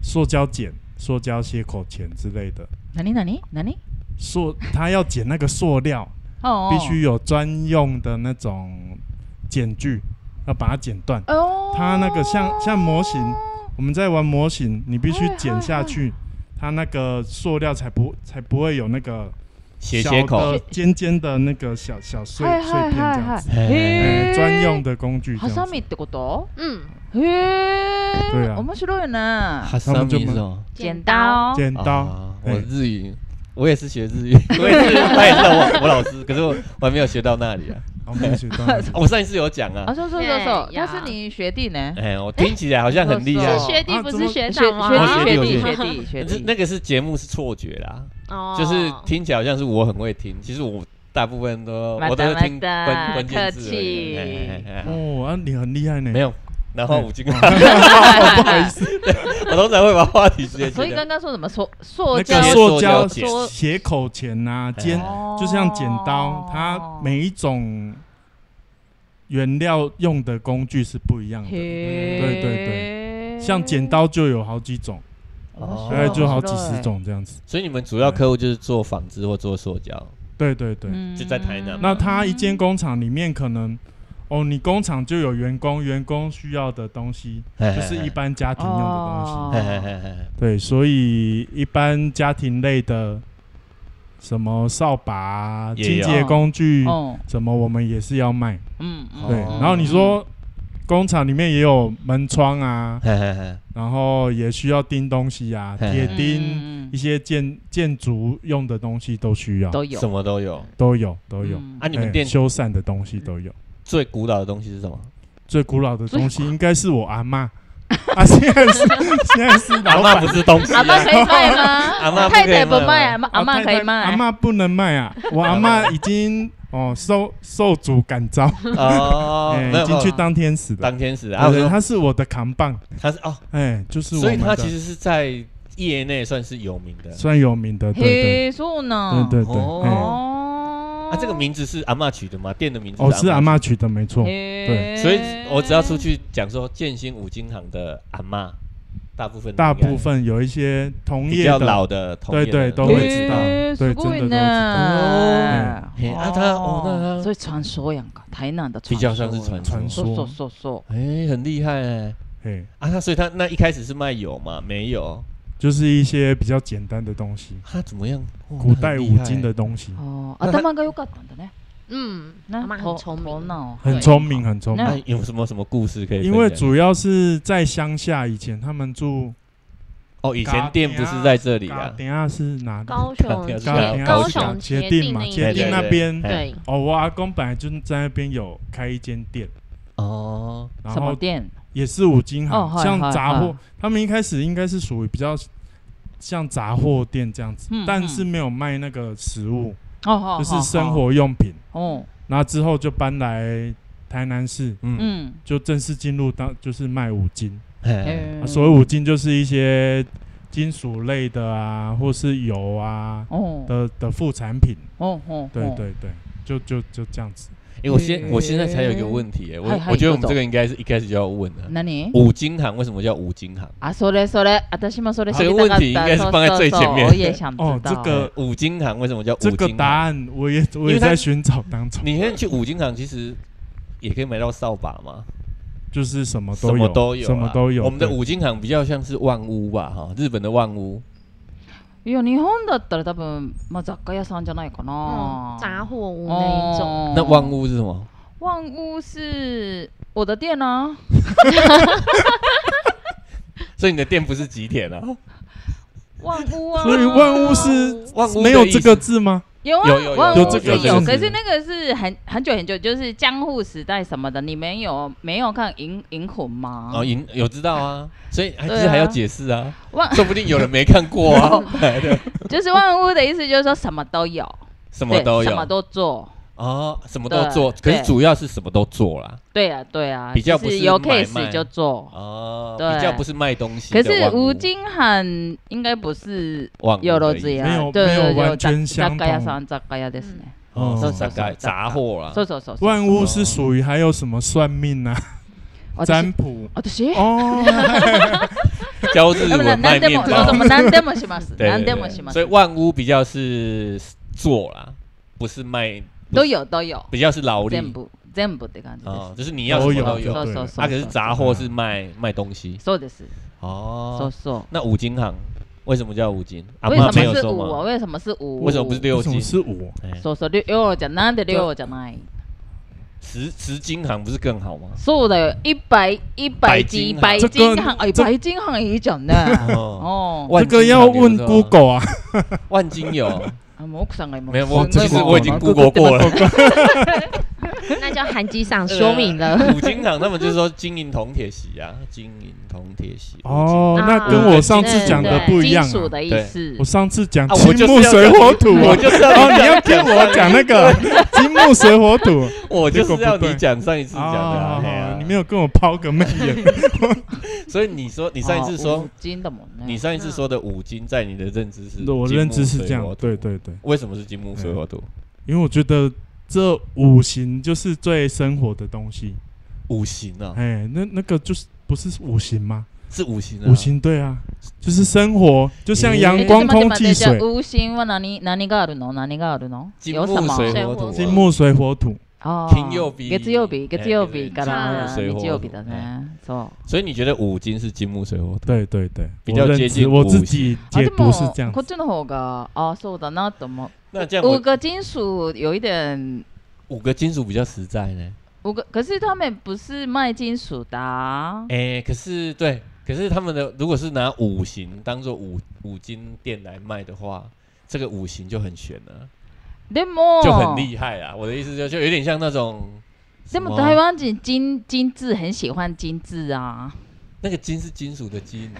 塑胶剪、塑胶切口钳之类的。
哪里哪里哪里
塑，它要剪那个塑料，
哦
必须有专用的那种剪锯，要把它剪断。
哦
它那个像像模型，我们在玩模型，你必须
哎
剪下去，它那个塑料才不才不会有那个
斜
小
斜口
的，尖尖的那个小小碎
はい
碎
はい
片
はいは
这样
い
子。
へ
哎，
ー
专用的工具这
ハ
样
サ
子。
ミってこと？
嗯，
へ
对
え
啊
面白いね。
哈萨米是吗？
剪刀
剪刀，
啊，
哎
我日语。我也是学日语， <laughs> 我也是，他也是我我老师，可是我我还没有学到那 <laughs> 里啊。
我们学
<laughs>
到
啊我上一次有讲
啊，
啊，
そうそうそうそう，
对呀
他是你学弟呢？
哎，我听起来好像很厉害
哦
是
是，
学弟
啊
不
怎
是
么
学
学
长吗？
我
学
学
弟
弟
学弟学
那
弟
<laughs> 那个是节目是错觉啦，
哦
就是听起来好像是我很会听，其实我大部分都
また
我都是听
また
关关键
客
字而已。
气
哎哎哎哎
哦，啊，你很厉害呢。
没有，然后
嗯
五金行， <laughs> 我通常会把话题直接
所
切
以
掉
刚。刚说什么塑
那
塑胶
个塑胶
剪
斜斜口钳呐，
哎
尖
哦
就像剪刀，它每一种原料用的工具是不一样的。
嘿
对对像剪刀就有好几种，
哦
大概就好几十，种这样子。
所以你们主要客户就是做纺织或做塑胶，
对对对，
嗯
就在台南
那它一间工厂里面可能，哦，你工厂就有员工，员工需要的东西
哎
就是一般家庭用的东西。
嘿。嘿嘿嘿
对，所以一般家庭类的，什么扫把、啊、
也
清
要
洁工具，
哦，
什么我们也是要卖。
嗯嗯，
对，
哦
然后你说工厂里面也有门窗啊，
嘿嘿嘿
然后也需要钉东西啊，
嘿
铁
嗯
钉、
嗯
一些建建筑用的东西都需要，
都有
什么都有。
都有都有。
嗯
啊，你们
哎
店
修缮的东西都有。
最古老的东西是什么？
最古老的
最
东西应该是我阿妈，
<laughs>
啊，现在是现在是
<laughs> 阿
老
妈
板
不是东西啊
阿，妈可以卖吗？
阿嬷不可
太
以卖吗
太不卖，阿妈阿妈
啊太
可
太
以卖，
阿妈不能卖
<laughs>
啊，我阿妈已经哦受受主感召，
啊
哦，
哎
没有
已经去
没有
当天使了。
当天使啊，
啊
我，说
他是我的扛棒，
他是哦，
哎，就是我
所以
们
他
的
其实是在业内算是有名的。
算有名的，对
嘿，そう
对
なん。
对对对，哎，
哦
啊，这个名字是阿嬷取的吗？店的名字
哦是阿
嬷
妈取的，没错，
嘿
所以我只要出去讲说建兴五金行的阿嬷，大部分
大部
应
分有一些同
该比
业啊
较
的，
老的同
对
业的
对都
へー
会知道对
すごい
真的都知
道。
ね
へーあ他哦那他
所以传说呀，台南的传说
比较像是传
传
说。
说，说
说，
说说，
哎、很厉害哎、
哎，
啊，他所以他那一开始是卖油吗？没有，
就是一些比较简单的东西，
他怎么样？哦
古代五金的，东西，
哦，
那他
頭が良かったんだね。
嗯，
那
阿妈很聪
头
明，
脑
很聪明，很聪
那
明
很厉害。那有什么什么故事可以分享？
因为主要是在乡下，以前他们住
哦，以
啊
前店不是在这里啊，
等下是哪里？
高
<laughs>
雄
高
捷
铁
高
高
雄
雄
捷
捷
定
定
那
嘛，
一
捷定
边
那边
对
对
哦，我阿公本来就是在那边有开一间店，
哦，
然
什么
后
店？
也是五金行，
哦嗨
像
嗨
杂货
嗨，
他们一开始应该是属于比较像杂货店这样子，
嗯
但
嗯
是没有卖那个食物，
哦哦，
就是生活用品。
哦，
然后之后就搬来台南市，
嗯，
嗯，
就正式进入当就是卖五金。
嘿
嗯
啊所谓五金就是一些金属类的啊，或是油啊
哦
的的副产品。
哦哦，
对对对，就就就这样子。
哎，我现我现在才有一个问题，哎，嗯我
嗨嗨
我觉得我们
どう
这
ぞ
个应该是一开始就要问的，
那你
五金行为什么叫五金行？
啊，それそれ，私もそれ知
这个
りたか
问
った。
题应该是放在最前面
そうそうそう我也想知道。
哦这个
呃，五金行为什么叫五
这
金
个
行
答案我也我
因
也
为它
在寻找当中，
你现在去五金行其实也可以买到扫把嘛，
就是什么
什
都
么
有，
都有啊，
什么都有。
我们的
对
五金行比较像是万屋吧，哈，日本的万屋。
いや日本だったら多分まあ雑貨屋さんじゃないか
嗯
な。
杂货屋那一种，
哦
那万屋是什么？
万屋是我的店啊，
所以你的店不是吉田啊？
万屋
哦
啊。
所以万物是
万屋的
没有这个
意思
字吗？
有啊，
有有有
万
有
屋
这
是
个
有，
字
可是那个是很很久很久，就是江户时代什么的。你们有没有看《银银魂》吗？
哦，银有知道啊，所以还
对啊
是还要解释啊，
万
说不定有人没看过
<laughs>
啊，
就是万屋的意思，就是说什么都有，
什么
对，
都有
什么都做。
哦，什么
对
都做，可是
对
主要是什么都做啦。
对啊，对啊，
比较
就
不
是
是
有
买卖
case 就做。
哦，
对
比较不是卖东西
可
的
是
万屋。
吴金汉应该不是
万屋
有
的
肉
意思
子
没
呀哦
有，
对
没有
对对，
完全相
杂貨屋
同
さん雑貨屋ですね。
哦，
嗯
是杂杂杂货啦
そ。うそうそうそう。
万物
嗯
是属于还有什么算命啊、占
私
卜
<laughs> 私
哦，
教日
でもな
文卖
何で
面
も
包
そう。そう何でもします。
对
何
对
で
对
もします
所以。万屋比较是做啦，不是卖，
都有都有，
比较是劳力
全部全部って感じで
哦，
す。
就是你要什么
都
都
有
有。
そう
对
そう
啊，
そう。
可是杂货是卖卖东西
そうです。そ
哦
う。そ
那五金行为什么叫五金？阿
う。为
妈没
什
有
么是
说
五啊？
吗？
为什么是五？
为什么不是？ <laughs> 六
为什
金
么？是我？
哎
そうそう。六じゃなんで六じゃない？
十十金行不是更好吗？
そうだよ。一百一百金
百
百
金
金
这
行
个
哎，
这
百金行いいじゃんね。
哦，
哦。
<laughs>
万金
这个要
行也不
问
错啊
Google 啊，
万金有，
あもう奥さんが今
没有我
す
其
ん
实
ごい
我已经 Google 过了。
<laughs> 那叫韩吉赏说明了。
五金行他们就是说金银铜铁锡啊，金银铜铁锡。
哦，
啊
那跟我上次讲的不一样
金
啊
属。的意思
我。上次讲
啊
金
我就是
木
要
水
讲
火土，
我就是要
哦，你
这样
要听
讲
我讲那
<laughs>
个金木水火土
我就是要
结果不对
你讲上一次讲的啊，
哦
嘿啊
你没有跟我抛个媚眼，
所以你说你上一次
哦
说
五，嗯金的もん
你
ね。
上一次说的五 <laughs> 金，在你的认知是，
我认知是这样，对，对嗯对，
为什么是金木水火土？
因为我觉得这五行就是最生活的东西，
五行啊，
哎，那那个就是不是五行吗？
是五行啊，
五行对啊，就是生活，就像
嗯
阳光、空气、
じゃあ
水，
無心は何何があるの？何があるの？
金
有什
木
么？
水火土，啊
金木水火土，
あー
金曜日
月曜日、
えー
月曜日から
月曜日
日曜日だね。そ
所以你觉得五金是金木水火土？
对对对，
比较
我认
接
知
近
我
五
自
行
う。
己
あ
解
で
读
も
是这样
こ。っちの方があーそうだなと思う。
那这样
五
我
个金属有一点，
五个金属比较实在呢。
五个可是他们不是卖金属的啊。
哎，可是对，可是他们的如果是拿五行当做五五金店来卖的话，这个五行就很悬了，
でも
就很厉害啊！我的意思就就有点像那种。
で
什
も
么
台湾人金金字很喜欢金字啊。
那个金是金属的金，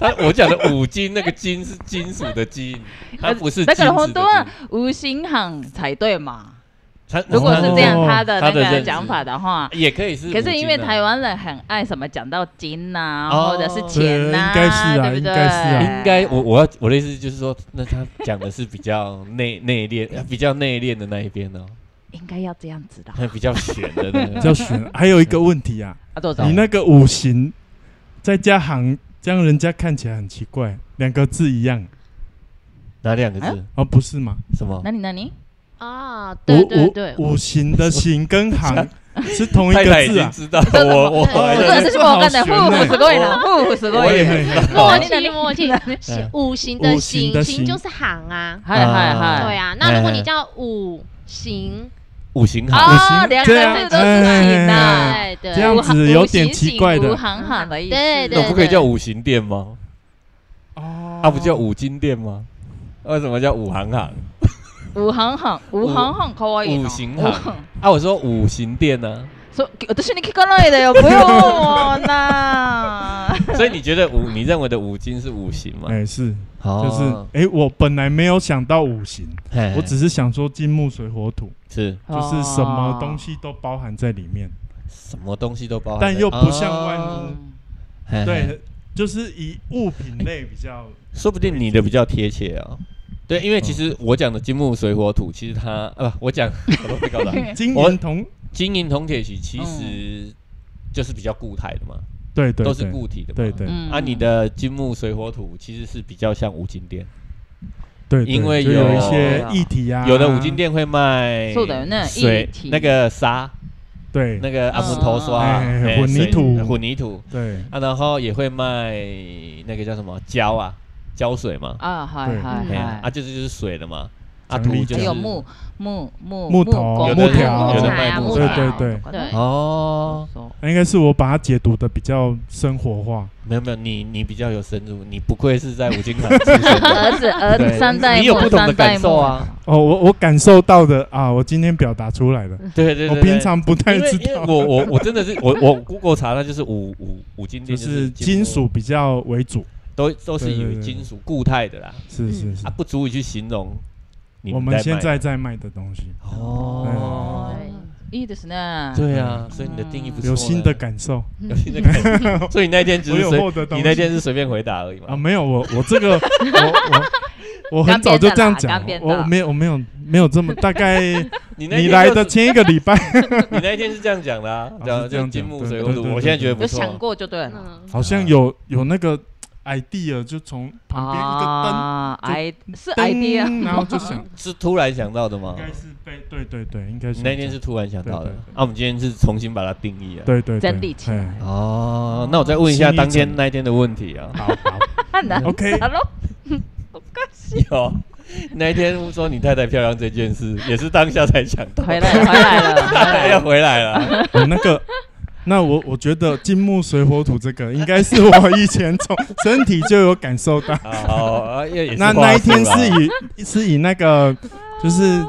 他我讲的五金那个金是金属的金，它不是
だ
金子
から
的
本
金
当。は無心行才对嘛。
它
啊如果是这样
哦
他的那
他的认
个
知
讲法的话，
也可以是五金
可
啊，
是因为台湾人很爱什么讲到金呐、
哦
或者是钱呐、
对应该是啊
对不对？
应该是啊
应该我我要我的意思就是说，那他讲的是比较内内敛，比较内敛的那一边哦，
应该要这样子的。
比较悬的那
比
个。
较悬。还有一个问题啊，
啊，多少
你？那个五行再加行，这样人家看起来很奇怪，两个字一样
哪两个字？
哦，不是吗？
什么
那？你那你
呃
啊，对
五
对
五
对，
五行的行
<laughs>
跟行是同一
太太
个
已
字
经
啊，
知道我我
哦
不
对
是，
对
这是我干的，
这好
夫
悬
妇
欸
すごいな，夫婦すご
我
い
也
な。
没知道
默
哦
契默契， <laughs>
嗯
五行的
五行
行
的
行
哎行
就是行啊，
嗨嗨
哎
嗨！
对啊。那如果
哎
你叫五行，
五行
五
好，
啊
行
两个
这样
字都是行啊
哎
对对，
这样子有点奇怪的
无行行的意思。
对对
那我不可以叫五行店吗？
哦
啊，不叫五金店吗？为什么叫五行行？
五行行五行行可愛いな
五行行啊，我说五行店呢、
そう私に聞かないでよ不要もうな
所以你觉得五，你认为的五金是五行吗？
哎、是，就
哦，哎
是哎、我本来没有想到五行，
就是
我只是想说金木水火土，
是
哦
就是什么东西都包含在里面，
什么东西都包含在，
但又不像万
哦
物，
嘿嘿
对，就是以物品类比较，
说不定你的比较贴切哦。对，因为其实我讲的金木水火土，其实它呃，我讲 <laughs> 我都被
<laughs>
搞乱。
金
我
银铜，
金银铜铁锡其实就是比较固态的嘛，
对对
都是
对
固体的嘛。
对对
<laughs>
嗯
啊，你的金木水火土其实是比较像五金店，
对，对
因为
就有
有
一些议题啊，
有的五金店会卖
そうだよね
水
一体哦
那个沙、
对
那个阿木头刷、
哎
哎
混凝
水
土
混凝土
对
啊，然后也会卖那个叫什么胶啊，胶水嘛，
あはいはい
哎
はい
呀啊，就是就是水的嘛，啊
强
土
力
就
胶
还
是
嗯有木木木
木头
工
有的
木
有的
木材
卖
啊
木
木材
材
啊
对对
とか
对
ね
哦，
そう
那应该是我把它解读的比较生活化，
没有没有，你你比较有深入，你不愧是在五金
<laughs>
行出身的，
儿子儿子
对
三代
你有
目
不同的
三代
感受
目
啊，
哦，我我感受到的啊，我今天表达出来了，
对对对，
我
对
平常不太
因为
知
因为
道，
我我我真的是我我 Google 查它就是五五五金
就
店，
是金属比较为主，
都都是
对对
以
对
金属固态的啦，
是是是
啊，，不足以去形容你
我
在
们
卖
现在在卖的东西，
哦，
嗯
いいですね。
对啊，所以你的定义不错呢，
有新的感受
<laughs> 有新的感
<laughs>
觉，所以你那天只
我
是
有
随
获得东
你
西
那天是随便回答而已嘛
啊！，没有我我
<laughs>
这个我我我很早就这样讲
干煸，的啦干煸的
我我没有我没有没有这么大概
<laughs> 你那
你
天
来
就
的
是
前一个
<laughs>
礼拜
你那一天是这样讲的
<laughs>
啊，
哦
然后
是这
就
样
金
讲
木
对
水
对
火土，
对
我现在觉得
对
不
有
错。啊
想过就对了。
嗯
好像有有那个 idea 就从旁边一个灯。
啊，I 是
灯
idea，
然后
<laughs>
就想，
是突然想到的吗
应？该是被对对对，应该
你
是
那天是突然想到的
对对，对
啊，我们今天是重新把它定义了。
对对对哎
整理起来
嘿
哦，那我再问一下
新一
当天
层。
那一天的问题啊
<laughs> 好好，
なん <laughs> だ
OK
ろう？
有那一天说你太太漂亮这件事，也是当下才想到，
回来了，回来了。
<laughs>
<laughs>
要回来了。
我那个，那我我觉得金木水火土这个应该是我以前从身体就有感受到。
好，啊也也是
那
话
那一天
术啦
是以是以那个就是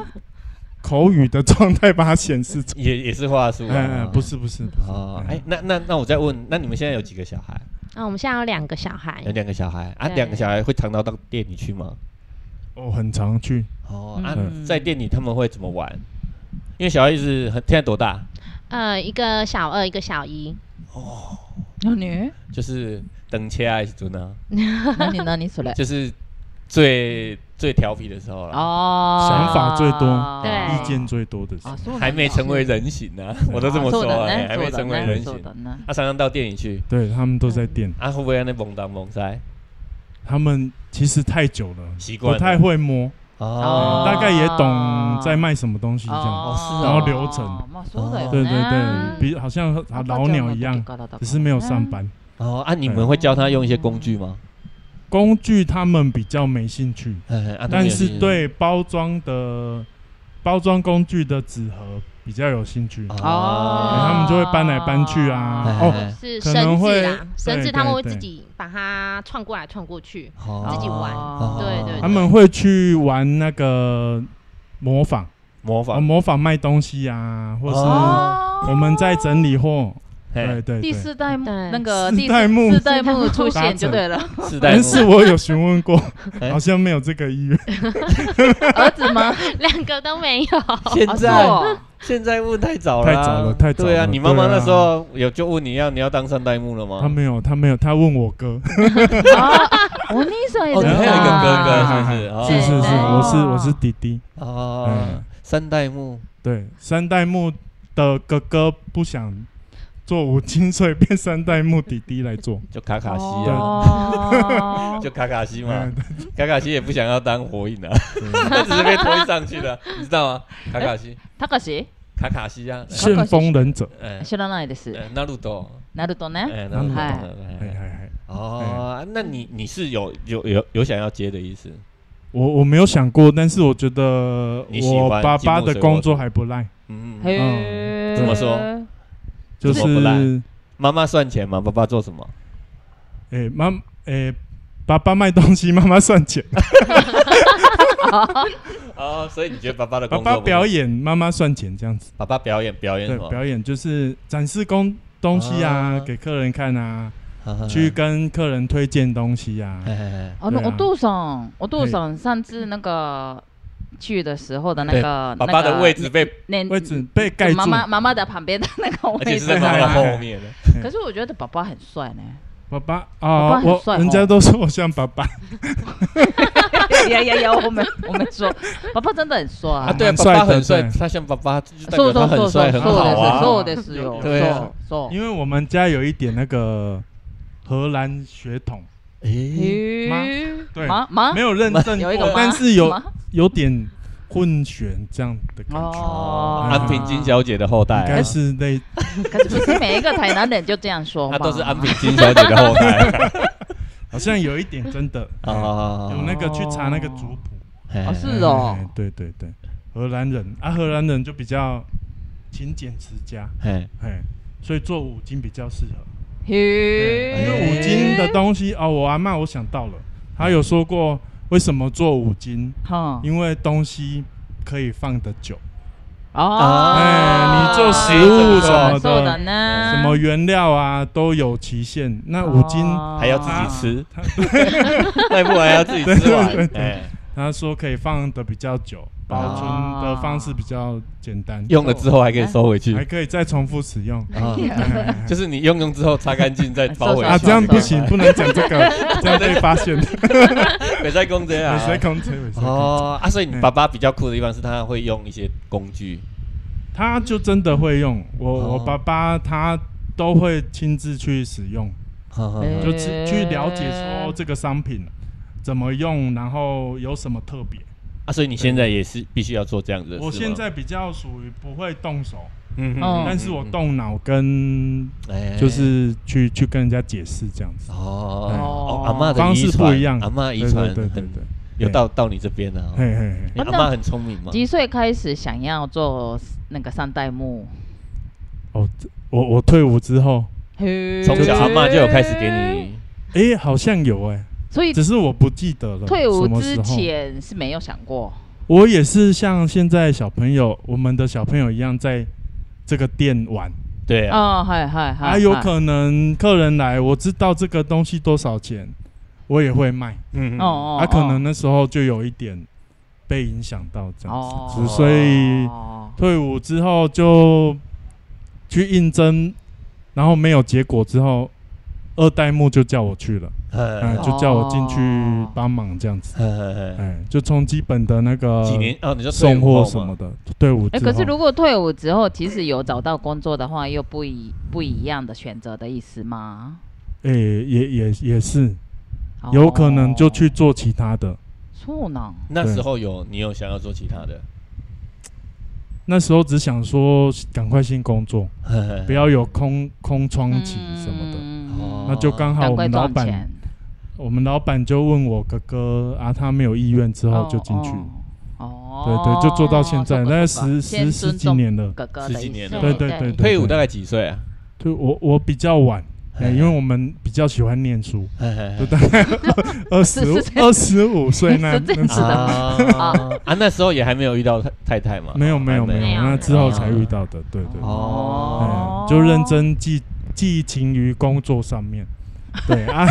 口语的状态把它显示出。
也也是话术
嗯
啦，
嗯，不是不是不是。
哦，
哎
哎，，那那那我再问，那你们现在有几个小孩？
那我们现在有两个小孩
哎
有，两个小孩啊，
哎对
两个小孩会常常到店里去吗？
我很常去，
哦，啊，
嗯
在店里他们会怎么玩？因为小孩一直很现在多大？
呃，一个小二，一个小一，
何？
就是等车的时阵啊，
何何
<laughs>
それ？
就是最最调皮的时候了，
哦，
想法最多
对
意见最多的是
啊，そうなんだ
还没成为人形呢、 <laughs> 我都这么
そう
说、
だ
哎
ね
还没成为人形。他、
ね。
常常到店里去，
对他们都在店，
啊，会不会那蒙当蒙塞？
他们其实太久了，
习惯
不
了
太会摸，
哦
大概也懂在卖什么东西这样。
哦是哦
然后流程
まあそうだよね。
对对对，
嗯
比好像和老鸟一样，只是没有上。班。
哦啊，你们会教他用一些工具吗？
工具他们比较没兴趣，
哎啊、
但是对包装的包装工具的纸盒比较有兴趣，
啊
哦
他们就会搬来搬去啊
哎。
哦，
哎
是
可
绳
能
子
会
啦，绳
对
子他们
对
会
对
自己把它串过来串过去，
哦
自己玩
哦
对对对
他们会去玩那个模仿，
模
哦
仿，
模仿卖东西啊，或
哦
是我们在整理货。对对
第
对，
四代目
对
那个
四
第
代目
四代目出现就对
<laughs>
了，
四代
但
目
是我有询问过
<laughs> 哎，
好像没有这个意愿。
儿子吗？
<laughs> 两个都没有。
现
啊
在、
哦
现在问太早了
太
啊、
早了太早
对啊，
了
你妈妈
对啊
那时候有就问你要你要当三代目了吗？
他没有，他没有，他问我哥。
あお兄さんい
哦，
る
你
ん
还有一个哥
だ。
哥是不是？哦
是是是，
对
我是我是弟弟。
哦
嗯，
三代目
对，三代目的哥哥不想做五金，所以变三代目弟弟来做。
就卡卡西啊，
哦
就卡卡西嘛
嗯，，
卡卡西也不想要当火影啊， <laughs> 他只是被推上去的，你知道吗？卡卡西，
たかし
卡卡西啊，
旋风忍者。
哎，
知らないです。
那鲁斗，
なるとね。
哎，那鲁
嗨
啊哎哎
斗，
哎，
哦，那你你是有有有有想要接的意思？
我我没有想过，但是我觉得
你喜欢
我爸爸的工作还不赖，
嗯，
へえ。
怎么说
就
怎么不赖
是
妈妈算钱嘛，爸爸做什么？
哎妈哎爸爸卖东西，妈妈算钱；
哦，所以你觉得爸爸的
爸
工作
爸
不
表演，妈妈算钱，这样子。
爸爸表演表演
对
什，么？
表演就是展示工东西啊，
啊嗯
给客人看啊，
哈
去，跟客人推荐东西啊。
哈哈嘿嘿嘿
あの、
对啊
お父さん、お父さん上次那个去的时候的那个
爸爸的位置被，
那个
嗯位置被盖住
妈，妈妈妈的旁边的那个
而且
位
是在
置。
对
妈妈的
对
后
对
面的。
可是我觉得爸爸很帅呢。
爸爸
爸爸
啊，
很
我
帅哦
人家都说我像爸爸，
いやいやいや、我没我没说，爸爸真的很帅。
啊，对啊，
蛮
爸
帅
爸
的
很帅，
对
他像爸爸，就代
そう
表
そ
他很
うそうそう
帅
そう
很好啊。
そうです
有
よ。
有
对啊
そうそう。
因为我们家有一点那个荷兰血统，
诶，
哎
咦
对
妈妈
没有认证
啊有一个
过
妈，
但是有
妈
有点混血这样的感觉，
哦，
安平金小姐的后代
应该
啊，
是类
可是不是每一个台南人就这样说
她
吧？
都是安平金小姐的后
<laughs>
代。，
好像有一点真的
哦
哎有那个去查那个族谱，
嘿
哦是哦
哎对对对，荷兰人啊，荷兰人就比较勤俭持家，
嘿
哎，所以做五金比较适合。
嘿，
因哎为五金的东西哦，我阿妈我想到了，她有说过为什么做五金，
哈
因为东西可以放得久，
哦，
哎你做食
物什
么的
そうだね
什么原料啊都有期限。那五金，
哦
还要自己
<laughs>
吃， <laughs> 卖不完要自己吃完。哎，
她说可以放得比较久，保存的方式比较简单，
啊用了之后还可以收回去
还。可以再重复使用。 <laughs>
啊， <laughs> 就是你用用之后擦干净再包回去。
<laughs> 啊，这样不行，
哎
不能讲这个，
<laughs>
这样被发现。
没在公这
没
啊。
谁控制，没谁控制。
哦啊，所以你爸爸比较酷的地方是他会用一些工具，
他就真的会用，我我
哦
爸爸他都会亲自去使用。
嗯
就
欸
去去了解说这个商品怎么用，然后有什么特别。
啊，所以你现在也是必须要做这样子的事吗。
我现在比较属于不会动手，
嗯，嗯
嗯
但是我动脑跟
哎
就是去去跟人家解释这样子，
哦
哎
哦，阿妈的
方
遗
式
传
不一样。
阿妈遗
对
传
对对对
很
对，
有到到你这边了哦。
嘿嘿嘿，
你阿妈很聪明嘛，
几岁开始想要做那个三代目？
我我退伍之后，
嘿
从小阿妈就有开始给，你
诶，好像有诶，
所以
只是我不记得了。
退伍
什么
之
时候，
前是没有想过。
我也是像现在小朋友，我们的小朋友一样，在这个店玩。
对啊，
哦，嗨嗨嗨，
啊，有可能客人来，我知道这个东西多少钱，我也会卖。
嗯
哦哦，
啊，可能那时候就有一点被影响到这样子，
哦，
所以退伍之后就去应征，然后没有结果之后，二代目就叫我去了，哎、
嗯
就叫我进去帮忙这样子，
嗯，
哎、就从基本的那个
几年哦，你说退伍
呃送货
后
什
吗
么的，退伍
哎，
之后，
可是如果退伍之后，其实有找到工作的话，又不一不一样的选择的意思吗？
哎、也也也是
哦
有可能就去做其他的。
そうなん。
那时候有你有想要做其他的，
那时候只想说赶快先工作，
呵呵
不要有空空窗期什么的。
嗯哦
的
那就刚
嗯
好
赶
我
快
们老
赚
板，
钱，
我们老板就问我哥哥啊，他没有意愿之后就进去，
哦，
对对，就做到现在，
哦
大概十十十几，年了
哦。哥哥
十
的
几
意
年
思
了
对
对对对，对
退伍大概几岁啊？
对我我比较晚，哎因为我们比比较喜欢念书，
嘿嘿嘿
就大概二十
是是
二十五岁那
是这样
那时
子的吗
啊啊，那时候也还没有遇到太太太嘛？
没有没有
还
没有，
没有
那之后才遇到的，对对对，
哦
哎就认真寄寄情于工作上面，对啊，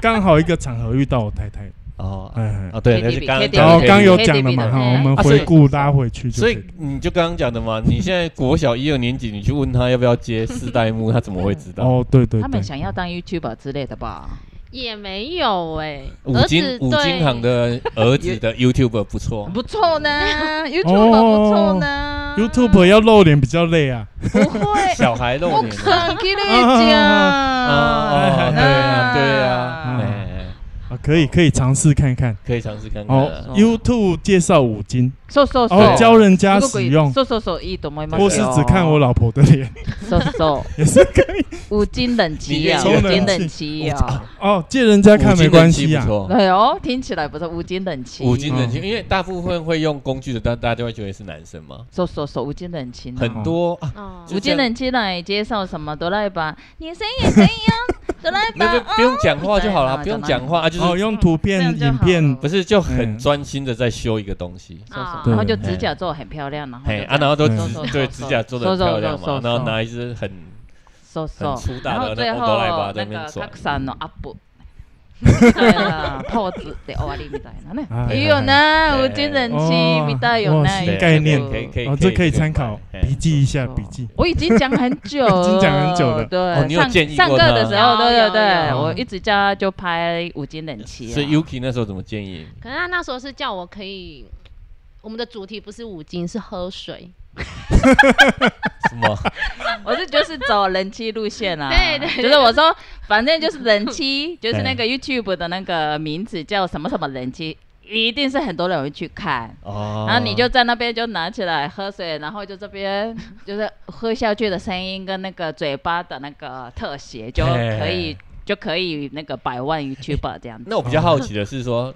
刚好一个场合遇到我太太，
哦
哎哎
啊，对，那
KTV
是刚刚
KTV
讲的
然后
可以
刚有
KTV
讲了嘛，
的
哈，
对
我们
啊所以
回顾拉回去就
所
可
以
了，
你就刚刚讲的嘛，你现在国小一二年级，你去问他要不要接四代目，他怎么会知道？
哦，对对
他
对
们，想要当 YouTuber 之类的吧？
哦
也没有哎、
五
儿
金
子
五
对
金行的儿子的 YouTube 不错，
不错呢，YouTuber
哦
不错呢
YouTube 要露脸比较累啊，
不会，
小孩露
不
脸啊
肯给你 <laughs>
哦，
讲，
对啊，对啊，
嗯
哎哎，哎
啊，可以可以尝试看看。
可以尝试看看啊。
哦，YouTube 介绍五金，
そうそうそう。
哦，教人
す
家
ごく
使
いい
用，哦
そうそうそういいと思いますよ。
或是只看我老婆的脸， <laughs>
そうそう。
也是可以。
五金等级啊，
你
五
愿意
金等级 <laughs> 啊。
哦，借人家看没关系
五金人气不
啊。
错
哎呦，听起来不是五金等级。
五金人气，
嗯
因为大部分会用工具的，大大家就会觉得是男生嘛，
そうそうそう、五金人气呢。
很多啊，
哦
就
五金人气来介绍什么都来吧，女生也可以哦，走来
没有
吧，
不用讲话就好了，不用讲话啊，就
哦，
是
用图片、
这样就
影
好
片
了
不是就很
嗯
专心的在修一个东西。
啊
然后就
对
指甲做很漂亮，然后
嘿
就
啊，然后都
嗯
指对指甲做的很漂亮嘛，然后拿一支很
收收
很，粗大
然后
的
最
那
后
欧多来吧在那
那
边
个
转
格，さんのアッ
<laughs>
<laughs> プ。对啊了，ポーズで終わりみたいなね。
哎
はい
いいよね、
は
う
い
ち人气みたいよ
哦
ね。
<laughs>
新概念
可以可以，
哦，这可以参考，笔记一下，
哦
笔记。
我已经讲很久了，
已经讲很久了
对，
哦你有
上
建议过
上课的时候，
他
对对
有有
对，
有
我一直叫他就拍五金冷气、啊。
所以 Yuki 那时候怎么建议？
可是他那时候是叫我可以，我们的主题不是五金，是喝水。
什么？
我是就是走冷气路
<laughs>
线啦、
对对对
就是我说，反正就是冷气，就是那个 YouTube 的那个名字叫什么什么冷气，一定是很多人会去看。
哦，
然后你就在那边就拿起来喝水，然后就这边就是喝下去的声音跟那个嘴巴的那个特写就
嘿
可以就可以那个百万 YouTuber 这样
<laughs>
子。
<laughs> 那我比较好奇的是说，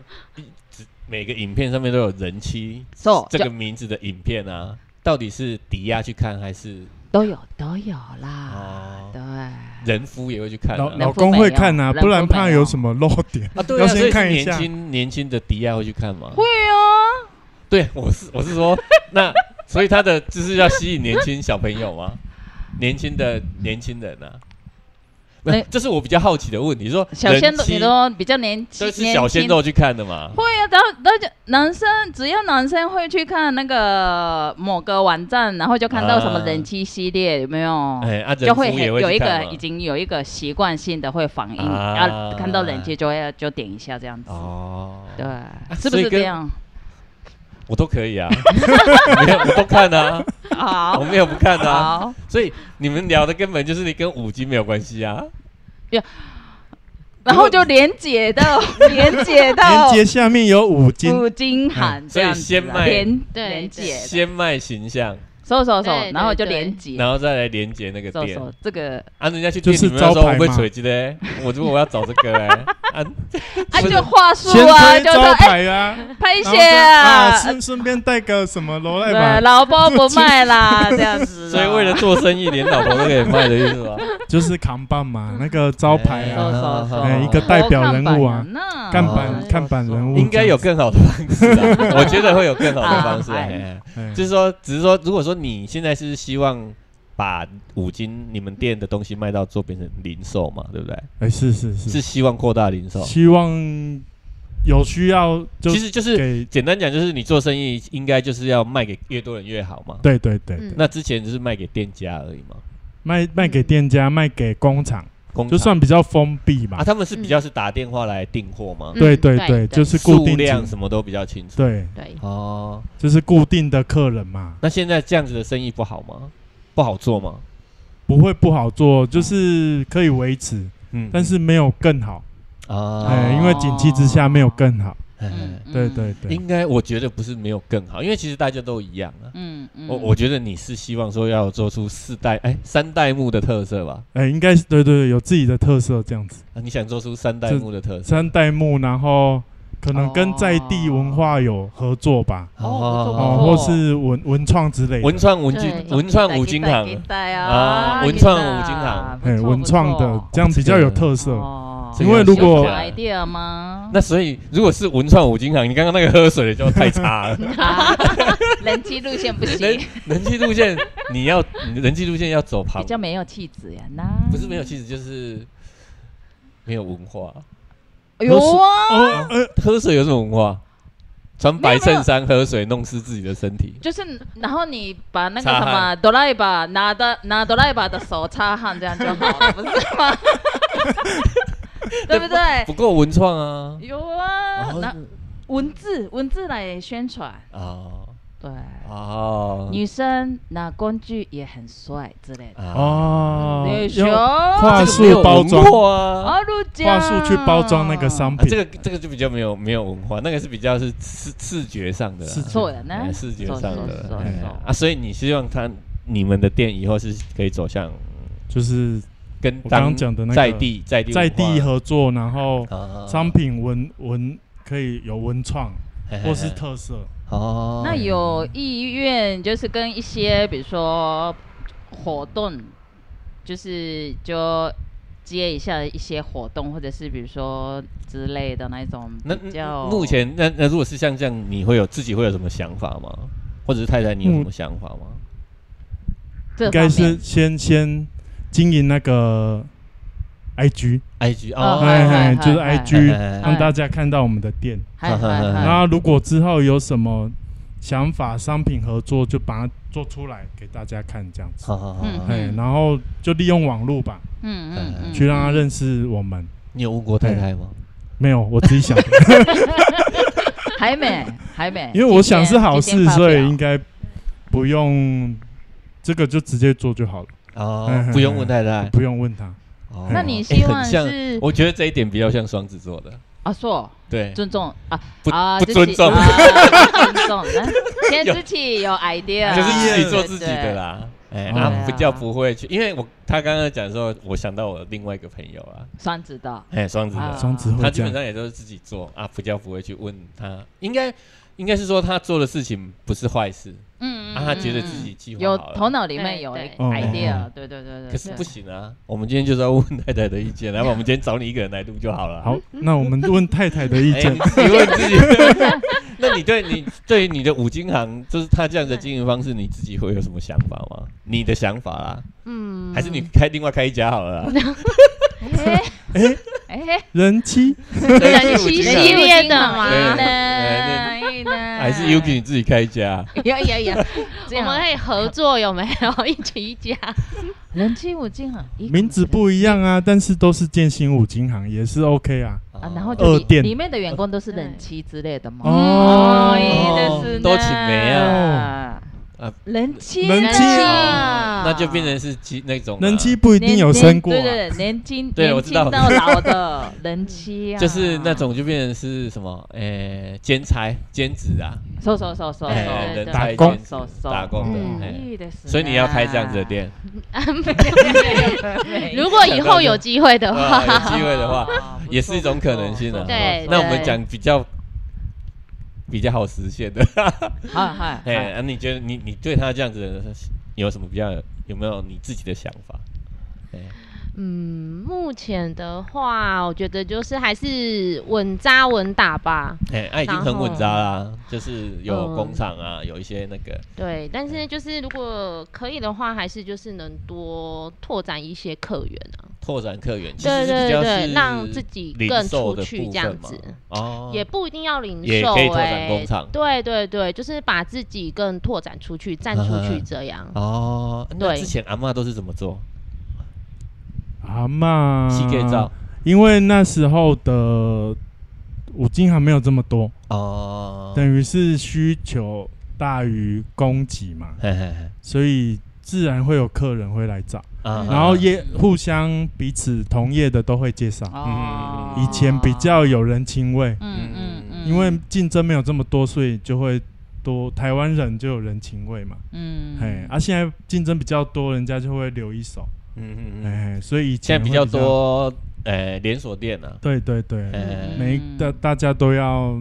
只每个影片上面都有人妻
So，
这
哦就
个名字的影片啊，到底是抵押去看还是
都有都有啦
哦，
啊对，
人夫也会去看啊？
老
那
老公会看啊，
人不
不
没有
然怕有什么漏点
啊，对
要
啊，所
先
以是
看一
年
下。
轻年轻的迪亚会去看吗？
会哦，
对，我是我是说，那所以他的就是要吸引年轻小朋友吗？年轻的年轻人啊，不是
哎，
这是我比较好奇的问题。说
小鲜
人
肉，
妻
你都比较年轻，
都是小鲜肉去看的嘛？
会啊，然后然后就男生只要男生会去看那个某个网站，然后就看到什么
啊
人气系列有没有？
哎，啊，
哦就
人夫
会很
也会
有
去
一
看
个
嘛
已经有一个习惯性的会反应，
啊
啊，看到人气就会就点一下这样子，
哦，
对，是不
所以
是
跟
这样？
我都可以啊，没有我都看啊，我
<laughs> 好，
没有不看啊。
好，
所以你们聊的根本就是你跟五金没有关系啊。
然后就连接到连接到
连接下面有五金，
五金行这样
所以
子
先
啊，
卖
连
对
连接的，
先卖形象，
搜搜搜
对，对
然后就
对
连接，
然后再来连接那个
搜
店
搜这个
啊，人家去
就
店
是
里面的时
招
候
牌
我会
嘛
锤子嘞。我如果我要找这个嘞，啊，
啊，
不是
就话术
先
啊，
推
就
招
说哎，
牌啊，
拍
然后
谢
就啊，顺顺便带个什么罗赖
对，
吧，
老婆不卖啦，这样子啊。
所以为了做生意，连老婆都可以卖的意思吧？
就是扛棒嘛，那个 <laughs> 招牌
哎
啊，
搜搜
哎一个代表人物啊
哦
看
板
哦
看板人物
哎应该有更好的方式
<laughs>
啊，我觉得会有更好的方式啊。
啊
哎
哎
就是说，只是说，如果说你现在是希望把五金你们店的东西卖到做变成零售嘛，对不对？
哎是是是
是，希望扩大零售。
希望有需要就
其实就是
给，
简单讲，就是你做生意应该就是要卖给越多人越好嘛。
对对对，
嗯
那之前就是卖给店家而已嘛，
卖卖给店家，卖给工厂，
工
就
厂
算比较封闭嘛
啊，，他们是比较是打电话来订货吗？
嗯
对对对，
对
就是固
数
定
量
几
什么都比较清楚。
对，
<laughs>
对，
哦，
就是固定的客人嘛，
那现在这样子的生意不好吗？不好做吗？
不会不好做，就是可以维持，
嗯
但是没有更好，
啊，
哎，因为景气之下没有更好，
嗯
哎，
嗯
对对对，
应该我觉得不是没有更好，因为其实大家都一样啊。
嗯嗯，
我我觉得你是希望说要做出四代哎三代目的特色吧、
哎，应该是对对对，有自己的特色这样子，
啊你想做出三代目的特色
三代目，然后可能跟在地文化有合作吧，
哦
哦，或是文文创之类的，
文创文具
对
文创五金行，啊文创五金行
哎，文创的这样比较有特色，
哦色
因为如
果
idea 吗？
那所以如果是文创五金行，你刚刚那个喝水的就太差
<laughs>
了。
啊人机路线不
人
行，
人气路线你要你人气路线要走旁
比，较没有气质呀。那
不是没有气质，就是没有文化。
有啊，
哦，呃，
喝水有什么文化？穿
没
白
有没有
衬衫喝水，弄湿自己的身体。
就是然后你把那个
擦
什
汗
么哆啦 A 吧拿的拿哆啦 A 吧的手擦汗，这样就好了，不是
<laughs>
吗？对不对？
不够文创啊！
有啊，
哦
那文字文字来宣传，
哦
对，
哦
女生拿工具也很帅之类的。
啊，
哦，
女
用
熊
跨
这个没
数
有
包装
文，化啊。
啊，陆
话
家
术去包装那个商
啊，这
品，
个这个就比较没有没有文化，那个是比较是视视觉上的啦，
视觉
错了
哎
呢，
视觉上的
错错
哎
错
啊，所以你希望他你们的店以后是可以走向
就是
跟
我刚刚
当
讲的那个
在地在地
在地
文化
合作，然后
啊
商品文文可以有文创
嘿嘿嘿
或是特色，
哦，
那有意愿就是跟一些比如说活动，就是就接一下一些活动，或者是比如说之类的那一种
那
比较。
目前那那如果是像这样，你会有自己会有什么想法吗？或者是太太你有什么想法吗？
这
应
方
该
面
是先先经营那个 IG，
IG
哦
哦，
哎
嗨
哎，
嗨
就是
嗨
IG，
哎
嗨
让大家看到我们的店。
嗨嗨嗨
哎 <laughs>
然后如果之后有什么想法、商品合作，就把它做出来给大家看，这样子。
好好好，
嗯
好
哎，然后就利用网络吧，
嗯嗯嗯，
去让他认识我们。
你有问过太太吗？
没有，我自己想的，
还没还没，
因为我想是好
哎今
事，
天
所以应该不用这个就直接做就好了，
哦
哎，
不用问太太。
不用问他。
哦
那你
哎
希望
很像
是
我觉得这一点比较像双子座的，
啊，そう
对，
尊重啊
不
啊，
不
就
尊
是
重
啊不尊重。来先
<laughs> 有
自己有 idea，
就是自己
对
做自己
对
的啦。哎，
哦
啊，比
啊对啊
较不会去，因为我他刚刚讲的时候，我想到我另外一个朋友啊，
双子的，
哎，双子
啊
的，
双子
他
会
基
这
本
样，
上也都是自己做啊，比较不会去问他，应该应该是说他做的事情不是坏事，
嗯，嗯
啊，他觉得
嗯
自己计划
有
好了
头脑里面有
对对
idea，对对对对。
可是
对
不行啊，我们今天就是要问太太的意见，来吧，我们今天找你一个人来录就好了。
好，那我们问太太的意
啊哎，
见
你。自己问自己。那你对你对于你的五金行，就是他这样的经营方式，你自己会有什么想法吗？你的想法啦，
嗯，
还是你开另外开一家好了啦？
哎哎，
人妻，
人
妻
哎
系列的嘛
哎
对
呢
哎
哎呢，
还是 Yuki 你自己开一家？
いやいやいや，这
我
样
们可以合作有没有？一起一家，
<laughs>
人气五金行，一
名字不一样啊，但是都是建新五金行，也是 OK 啊。
啊，然后
就二
里
店
里面的员工都是人气之类的吗？
哦
いいですね
都请没
啊
啊，
人气
人气
哦那就变成是鸡那种啊
人妻不一定有生过、
对
啊，
对对，年轻
对我
年
知
轻
道
到老的人妻啊，
就是那种就变成是什么？诶，兼差、兼职啊，
そうそうそう
哦
そうそう，
哎人
对
差
打工
兼职
そうそう
打工的。
嗯
哎
いいですね
所以你要开这样子的店，
如果以后有机会的
<laughs> 啊
话，
有机会的话，
啊不错
也是一种可能性
不
啊。
错
<laughs> 对
那我们
对
讲比较比较好实现的， <laughs>
はいはいはい
哎，啊你觉得你你对他这样子的有什么比较有没有你自己的想法？哎，
嗯，目前的话，我觉得就是还是稳扎稳打吧。
哎，他已经很稳扎啦，就是有
嗯
工厂啊，有一些那个，
对，但是就是如果可以的话，还是就是能多拓展一些客源啊。
拓展客源，其实
对
是比
对
较
对
是，
让自己
零
更
售
出
的
去
部
这样
分嘛
子，
哦，
也不一定要零售、欸，
也可以拓展工厂
对对对，就是把自己更拓展出去、站出去这样。
哦，那
对
之前阿嬷都是怎么做？
阿妈
膝盖照
因为那时候的五金行没有这么多，
哦，
等于是需求大于供给嘛，
嘿嘿嘿，
所以自然会有客人会来找，
啊
嗯
然后业互相彼此同业的都会介绍。
嗯
哦
以前比较有人情味，
嗯嗯嗯，
因为竞争没有这么多，所以就会多台湾人就有人情味嘛。
嗯
哎，啊，现在竞争比较多，人家就会留一手。
嗯嗯嗯，
哎，所以以
现在
前会
比
比
较。多呃连锁店啊，
对对对，
呃，
每
嗯
一大大家都要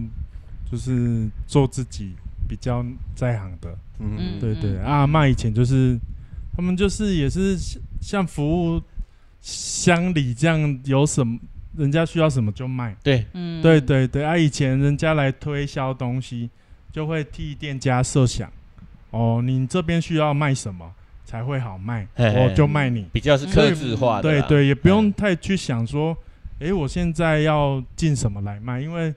就是做自己比较在行的，
嗯
对对
嗯
啊。阿嬷以前就是他们就是也是像像服务乡里这样，有什么人家需要什么就卖。
对，
嗯
对对对啊，以前人家来推销东西，就会替店家设想，哦，你这边需要卖什么才会好卖，
嘿嘿
我就卖你。
比较是克制化的
对
啦，
对，也不用
嗯
太去想说，诶，我现在要进什么来卖，因为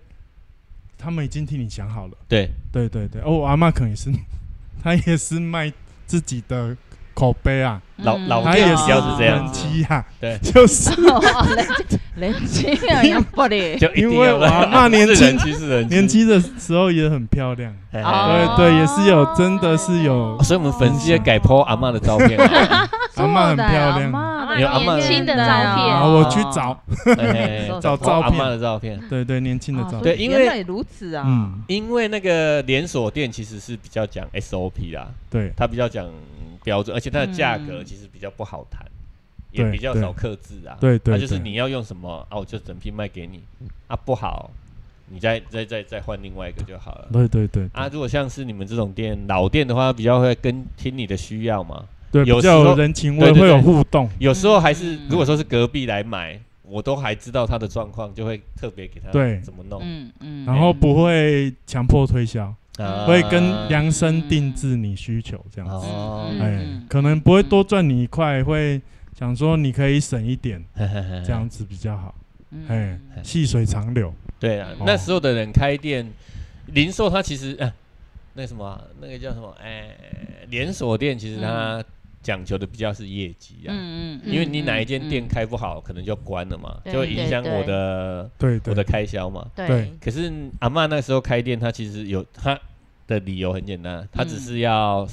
他们已经替你想好了。
对，
对对对，哦，我阿妈可能也是， <laughs> 她也是卖自己的口碑啊，
老
嗯
老
她
店
也
比较是这样子，
人妻啊，
对
就是
人气啊，やっぱり
就一定
因为
要
我阿
骂
嬷年
是人
轻
妻是人
年，轻的时候也很漂亮。
嘿嘿
哦
对对，也是有，真的是有
所以我们粉丝也改 po 阿嬷的照片啊，
<laughs> 阿嬷很漂亮
啊
有阿嬷哦
年轻的照片，
啊，我去找，
嘿嘿
找
找阿
照片
嬷的照片，
对对，年轻的照
对
片，
因为
哦原来如此啊，
嗯，
因为那个连锁店其实是比较讲 SOP 啦，
对
它比较讲标准，而且它的价格
嗯
其实比较不好谈，也
对
比较
对
少克制啊。
对对
它就是
对
你要用什么啊，我就整批卖给你啊，不好，你再再再再换另外一个就好了。
对对对，
啊，如果像是你们这种店老店的话，比较会跟听你的需要嘛，
对，
有
比
时
较
候
有人情
对
味，
对
会有
对
互动。
有时候还是、
嗯
如果说是隔壁来买，我都还知道他的状况，就会特别给他
对
怎么弄，
嗯嗯，
然后不会强迫推销，
啊
会跟
<laughs>
量身定制你需求这样子。
哦，
嗯
哎
嗯，
可能不会多赚你一块，会想说你可以省一点，这
这
样子比较好。
嗯
哎
嗯，
细水长流。
对啊
哦，
那时候的人开店，零售它其实啊，那个什么啊、那个叫什么，哎、连锁店其实它讲求的比较是业绩啊，
嗯嗯，
因为你哪一间
嗯
店开不好，可能就关了嘛，
对
就会影响
对对
我的
对
我
对
的开销嘛。
对
对，
可是阿嬷那时候开店，她其实有她的理由很简单，她只是要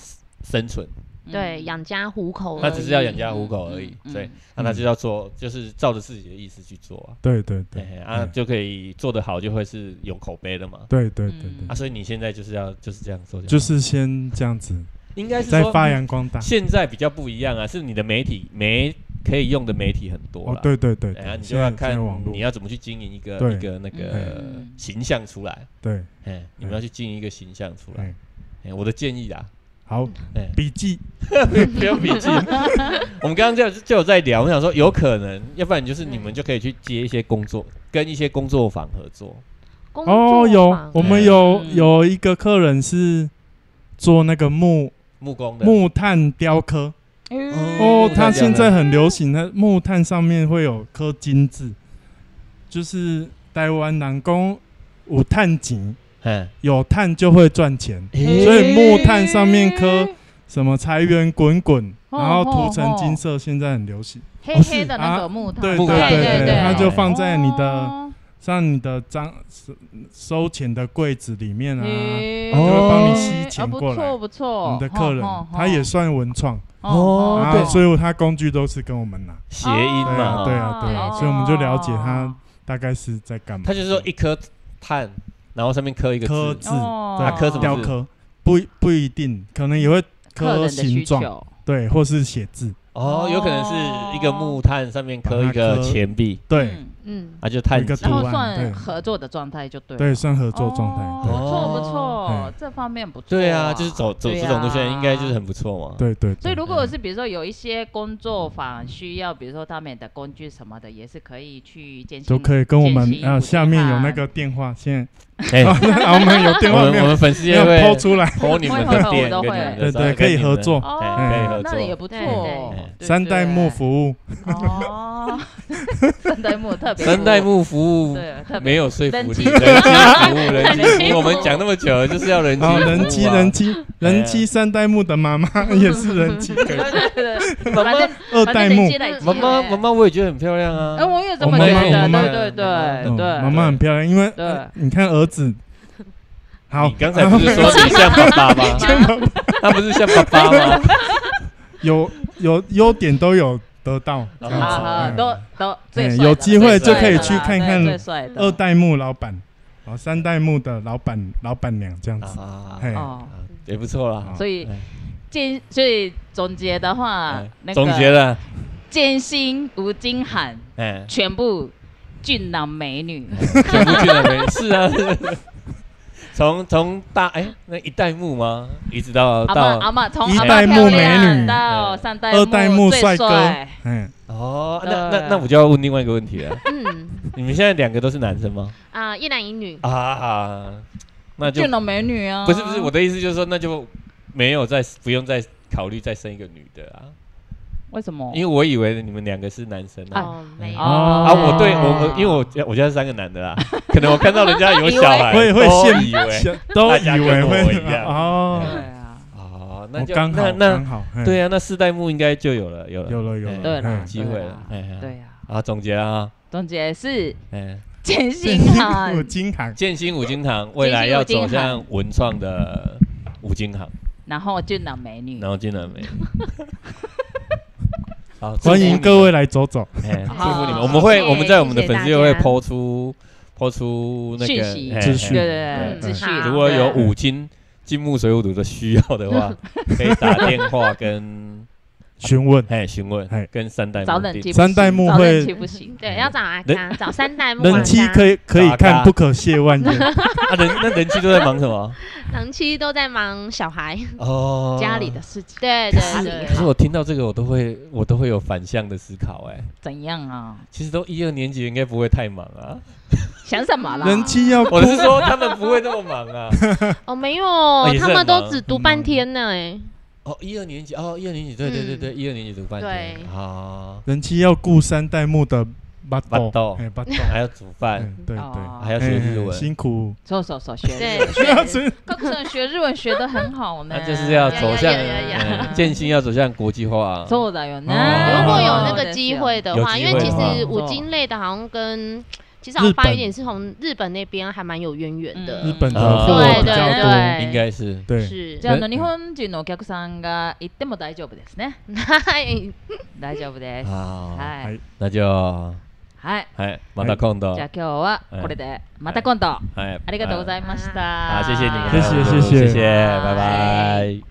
生存，
嗯
对，养家糊口而已，
她只是要养家糊口而已，
嗯嗯
所以
嗯
那她就要做，就是照着自己的意思去做啊。
对对
对
对
啊，
嗯
就可以做得好，就会是有口碑的嘛。
对对对
嗯
对
啊，，所以你现在就是要就是这样做好，
就是先这样子，
应该是
再
说
发扬啊光大。
现在比较不一样啊，是你的媒体媒可以用的媒体很多
哦
了，，
对对对
哎呀，
对，
你就
现
要
在
看
现在网络
你，要怎么去经营一个
对
一个那个
嗯
形象出来，
对，
哎，你们要去经营一个形象出来
哎。
哎，我的建议啊， <laughs>
好
哎，
笔记，
不用笔记。 <laughs> 我们刚刚就有就有在聊，我想说有可能，要不然就是你们就可以去接一些工作，跟一些工作坊合作。
工作
哦，有
坊
我
嗯
们有有一个客人是做那个木
木工的
木炭雕刻，
木
哦，
炭雕
它现
刻
在很流行，它木炭上面会有刻金字，就是台湾人讲有炭井，
嗯，
有炭就会赚钱，所以木炭上面刻什么财源滚滚，
哦
然后涂成金色，现在很流行。
黑黑的那个木头，
哦啊对
木炭
哦对
对
对，
它就放在你的
哦
像你的账收收钱的柜子里面啊。
嘿哦
它就会帮你
吸钱过来
啊不错不错，
我们的客人
吼
他也算文创，
哦
然
对
后所以他工具都是跟我们拿，
谐音
对
嘛，
啊
哈
对啊对啊
哦
所以我们就了解他大概是在干嘛。
他就是说一颗炭，然后上面刻一个
刻
字，
字，
哦
对
啊刻什么字
雕刻不一不一定，可能也会
嗯客
刻
人的需
形状，
求，
对，或是写字，
哦，有可能是一个木炭上面刻一个钱币，
对
嗯，
嗯，
啊，就炭
一个
井
然
图
后
案对
算合作的状态就对了，
对，算合作状
哦
态，
不错不
哦
错，这方面不错啊，
对啊，就是走走
对
这
啊
种路线，应该就是很不错嘛。
对对对。
所以，如果是比如说有一些工作坊需要，比如说他们的工具什么的，也是可以去见习，
都可以跟我们
见习
啊，
武器
下面有
汉
那个电话，现
哎，
在 <laughs> 啊我们有电
我
话
们
没
我
有？
们粉丝
没
也
有
会
<laughs> 抛出来，
投你们的店，
我都会
跟你们
对
的
对，可以合，作，嗯
哦
哎可以合，作
那也不错
对对，
对
三代目服务，
<laughs> 哦，三代目特别
三代目服务。
对特别
没有说服力，
人
人机
机
服务，人
<laughs> 人
机
机
服
服
务，
务
我们讲那么久，就是要人机啊
然后啊哦人
机
妻人
哎
妻人妻三代目的妈妈也是人妻，可以
嗯 <laughs> 对对对
妈
反正
二代
嗯
目，
妈妈妈，妈，我也觉得很漂亮
哎，
啊，
我也这么
呃我
觉得，
妈妈我妈妈
对对对
嗯
对，
妈妈很漂亮，因为
对
呃你看儿子，好
你，刚才不是说你像爸爸吗？他不是像爸爸吗？
<laughs> <laughs> 有有优点都有得到，这
好
样
啊
子
好
嗯
都都最
哎
帅的
有
了
最
机
帅
会就
的
可以
啦
去看
对最
看
帅的
二代目老板，哦，三代目的老板老板娘这样子，
啊，
嘿，
哦，
也不错啦。
所以
哎
见，所以总结的话
哎，
啊那个
总结了，
见心无金喊， <laughs>
哎，
全部俊男美女。
全部去了没？是啊，从从大哎那一代目吗？一直到
阿妈
到
阿妈从
一
阿嬷
代
漂
目美
亮
女
到
嗯
三代
二代目
最
帅哥
帅，
嗯，
哦，
对
那那那我就要问另外一个问题了， <laughs>
嗯
你们现在两个都是男生吗？
啊，一男一女，
啊，那就
俊男美女啊！
不是不是我的意思，就是说那就没有再不用再考虑再生一个女的啊，
为什么？
因为我以为你们两个是男生啊。
哦，没有，
哦
啊，我对我我因为我家我家是三个男的啦，可能我看到人家有小孩，
<laughs> 会会
都
羡
以为
都
哎大家
以
跟
为
我
会
一样
哦，
对啊，
哦，那
我
就
刚
那
好
那
刚好，嘿
对啊，那四代目应该就有了，有了，
嗯有了有了
哎
对啦
有机会了，
对
哎，
对啊。
啊，总结了啊，
总结是
哎，
见
这
心
是
寒
<laughs>
我，金行，
建新五金行未来要走向文创的五金行，
然后俊男美女
然。后进了没？好，
欢迎各
位，
位来走走，
哎祝
好
福你们，我们会
谢谢
我们在我们的粉丝页会
谢谢大家
抛出抛出那
讯
个
息
哎
资讯
对
哎
对对，
嗯
继续。
好
如果有
对
五金金木水火土的需要的话，可以打电话跟
询问，
哎，询问
嘿，
跟三代
找
目
冷
定
气不行，
三代目
找冷
会
气不行，
对，
嗯
要找阿
人
咖，找三代目阿
人妻
咖
可以可以
打
看
卡
不可亵玩
<laughs>
焉，
啊，人那人妻都在忙什么？
人妻都在忙小孩
哦，
家里的。事情，对对对
可是我听到这个，我都会我都会有反向的思考、哎，
怎样啊？
其实都一二年级应该不会太忙啊， <laughs>
想什么啦？
人妻要
我是说他们不会那么忙啊。
哦，没
也
有，
是
他
很
们都
忙
只读
很
半
忙
天呢，哎，
<laughs> 哦，一二年级哦，一二年级，对对对对，一二年级读半天
嗯对
啊，
人妻要顾三代目的巴
巴豆
豆，哎，巴豆，
还要煮饭，
嗯对对，
哦
还要学日
哎
嗯
文，
辛苦，
そうそうそう，学日
<laughs> 对
<laughs>
文，，
对
高中生学日文学的很好
那
呢，
就是要
呀
走
呀
向
哎呀呀呀
嗯建新要走向国际化啊。
そうだよね。
哦
如果有那
啊
个机会的话，
有机会
因为其
的话
实五金类的好像跟其实好像发有点是从日本那边还蛮有渊源的，
嗯
日本的
啊
货
对
比较多，
对
应该是
对，
是 <laughs>
じゃああの日本人のお客さんが行っても大丈夫ですね。
嗨，
大丈夫です。
哎
啊，
はい。
那就
はい。
哎，马达空的
じゃあ，今日はこれで、また今度、あ
哎，
りがとうございまし
好，
た。
谢谢你们，
谢谢谢谢
谢谢，拜拜。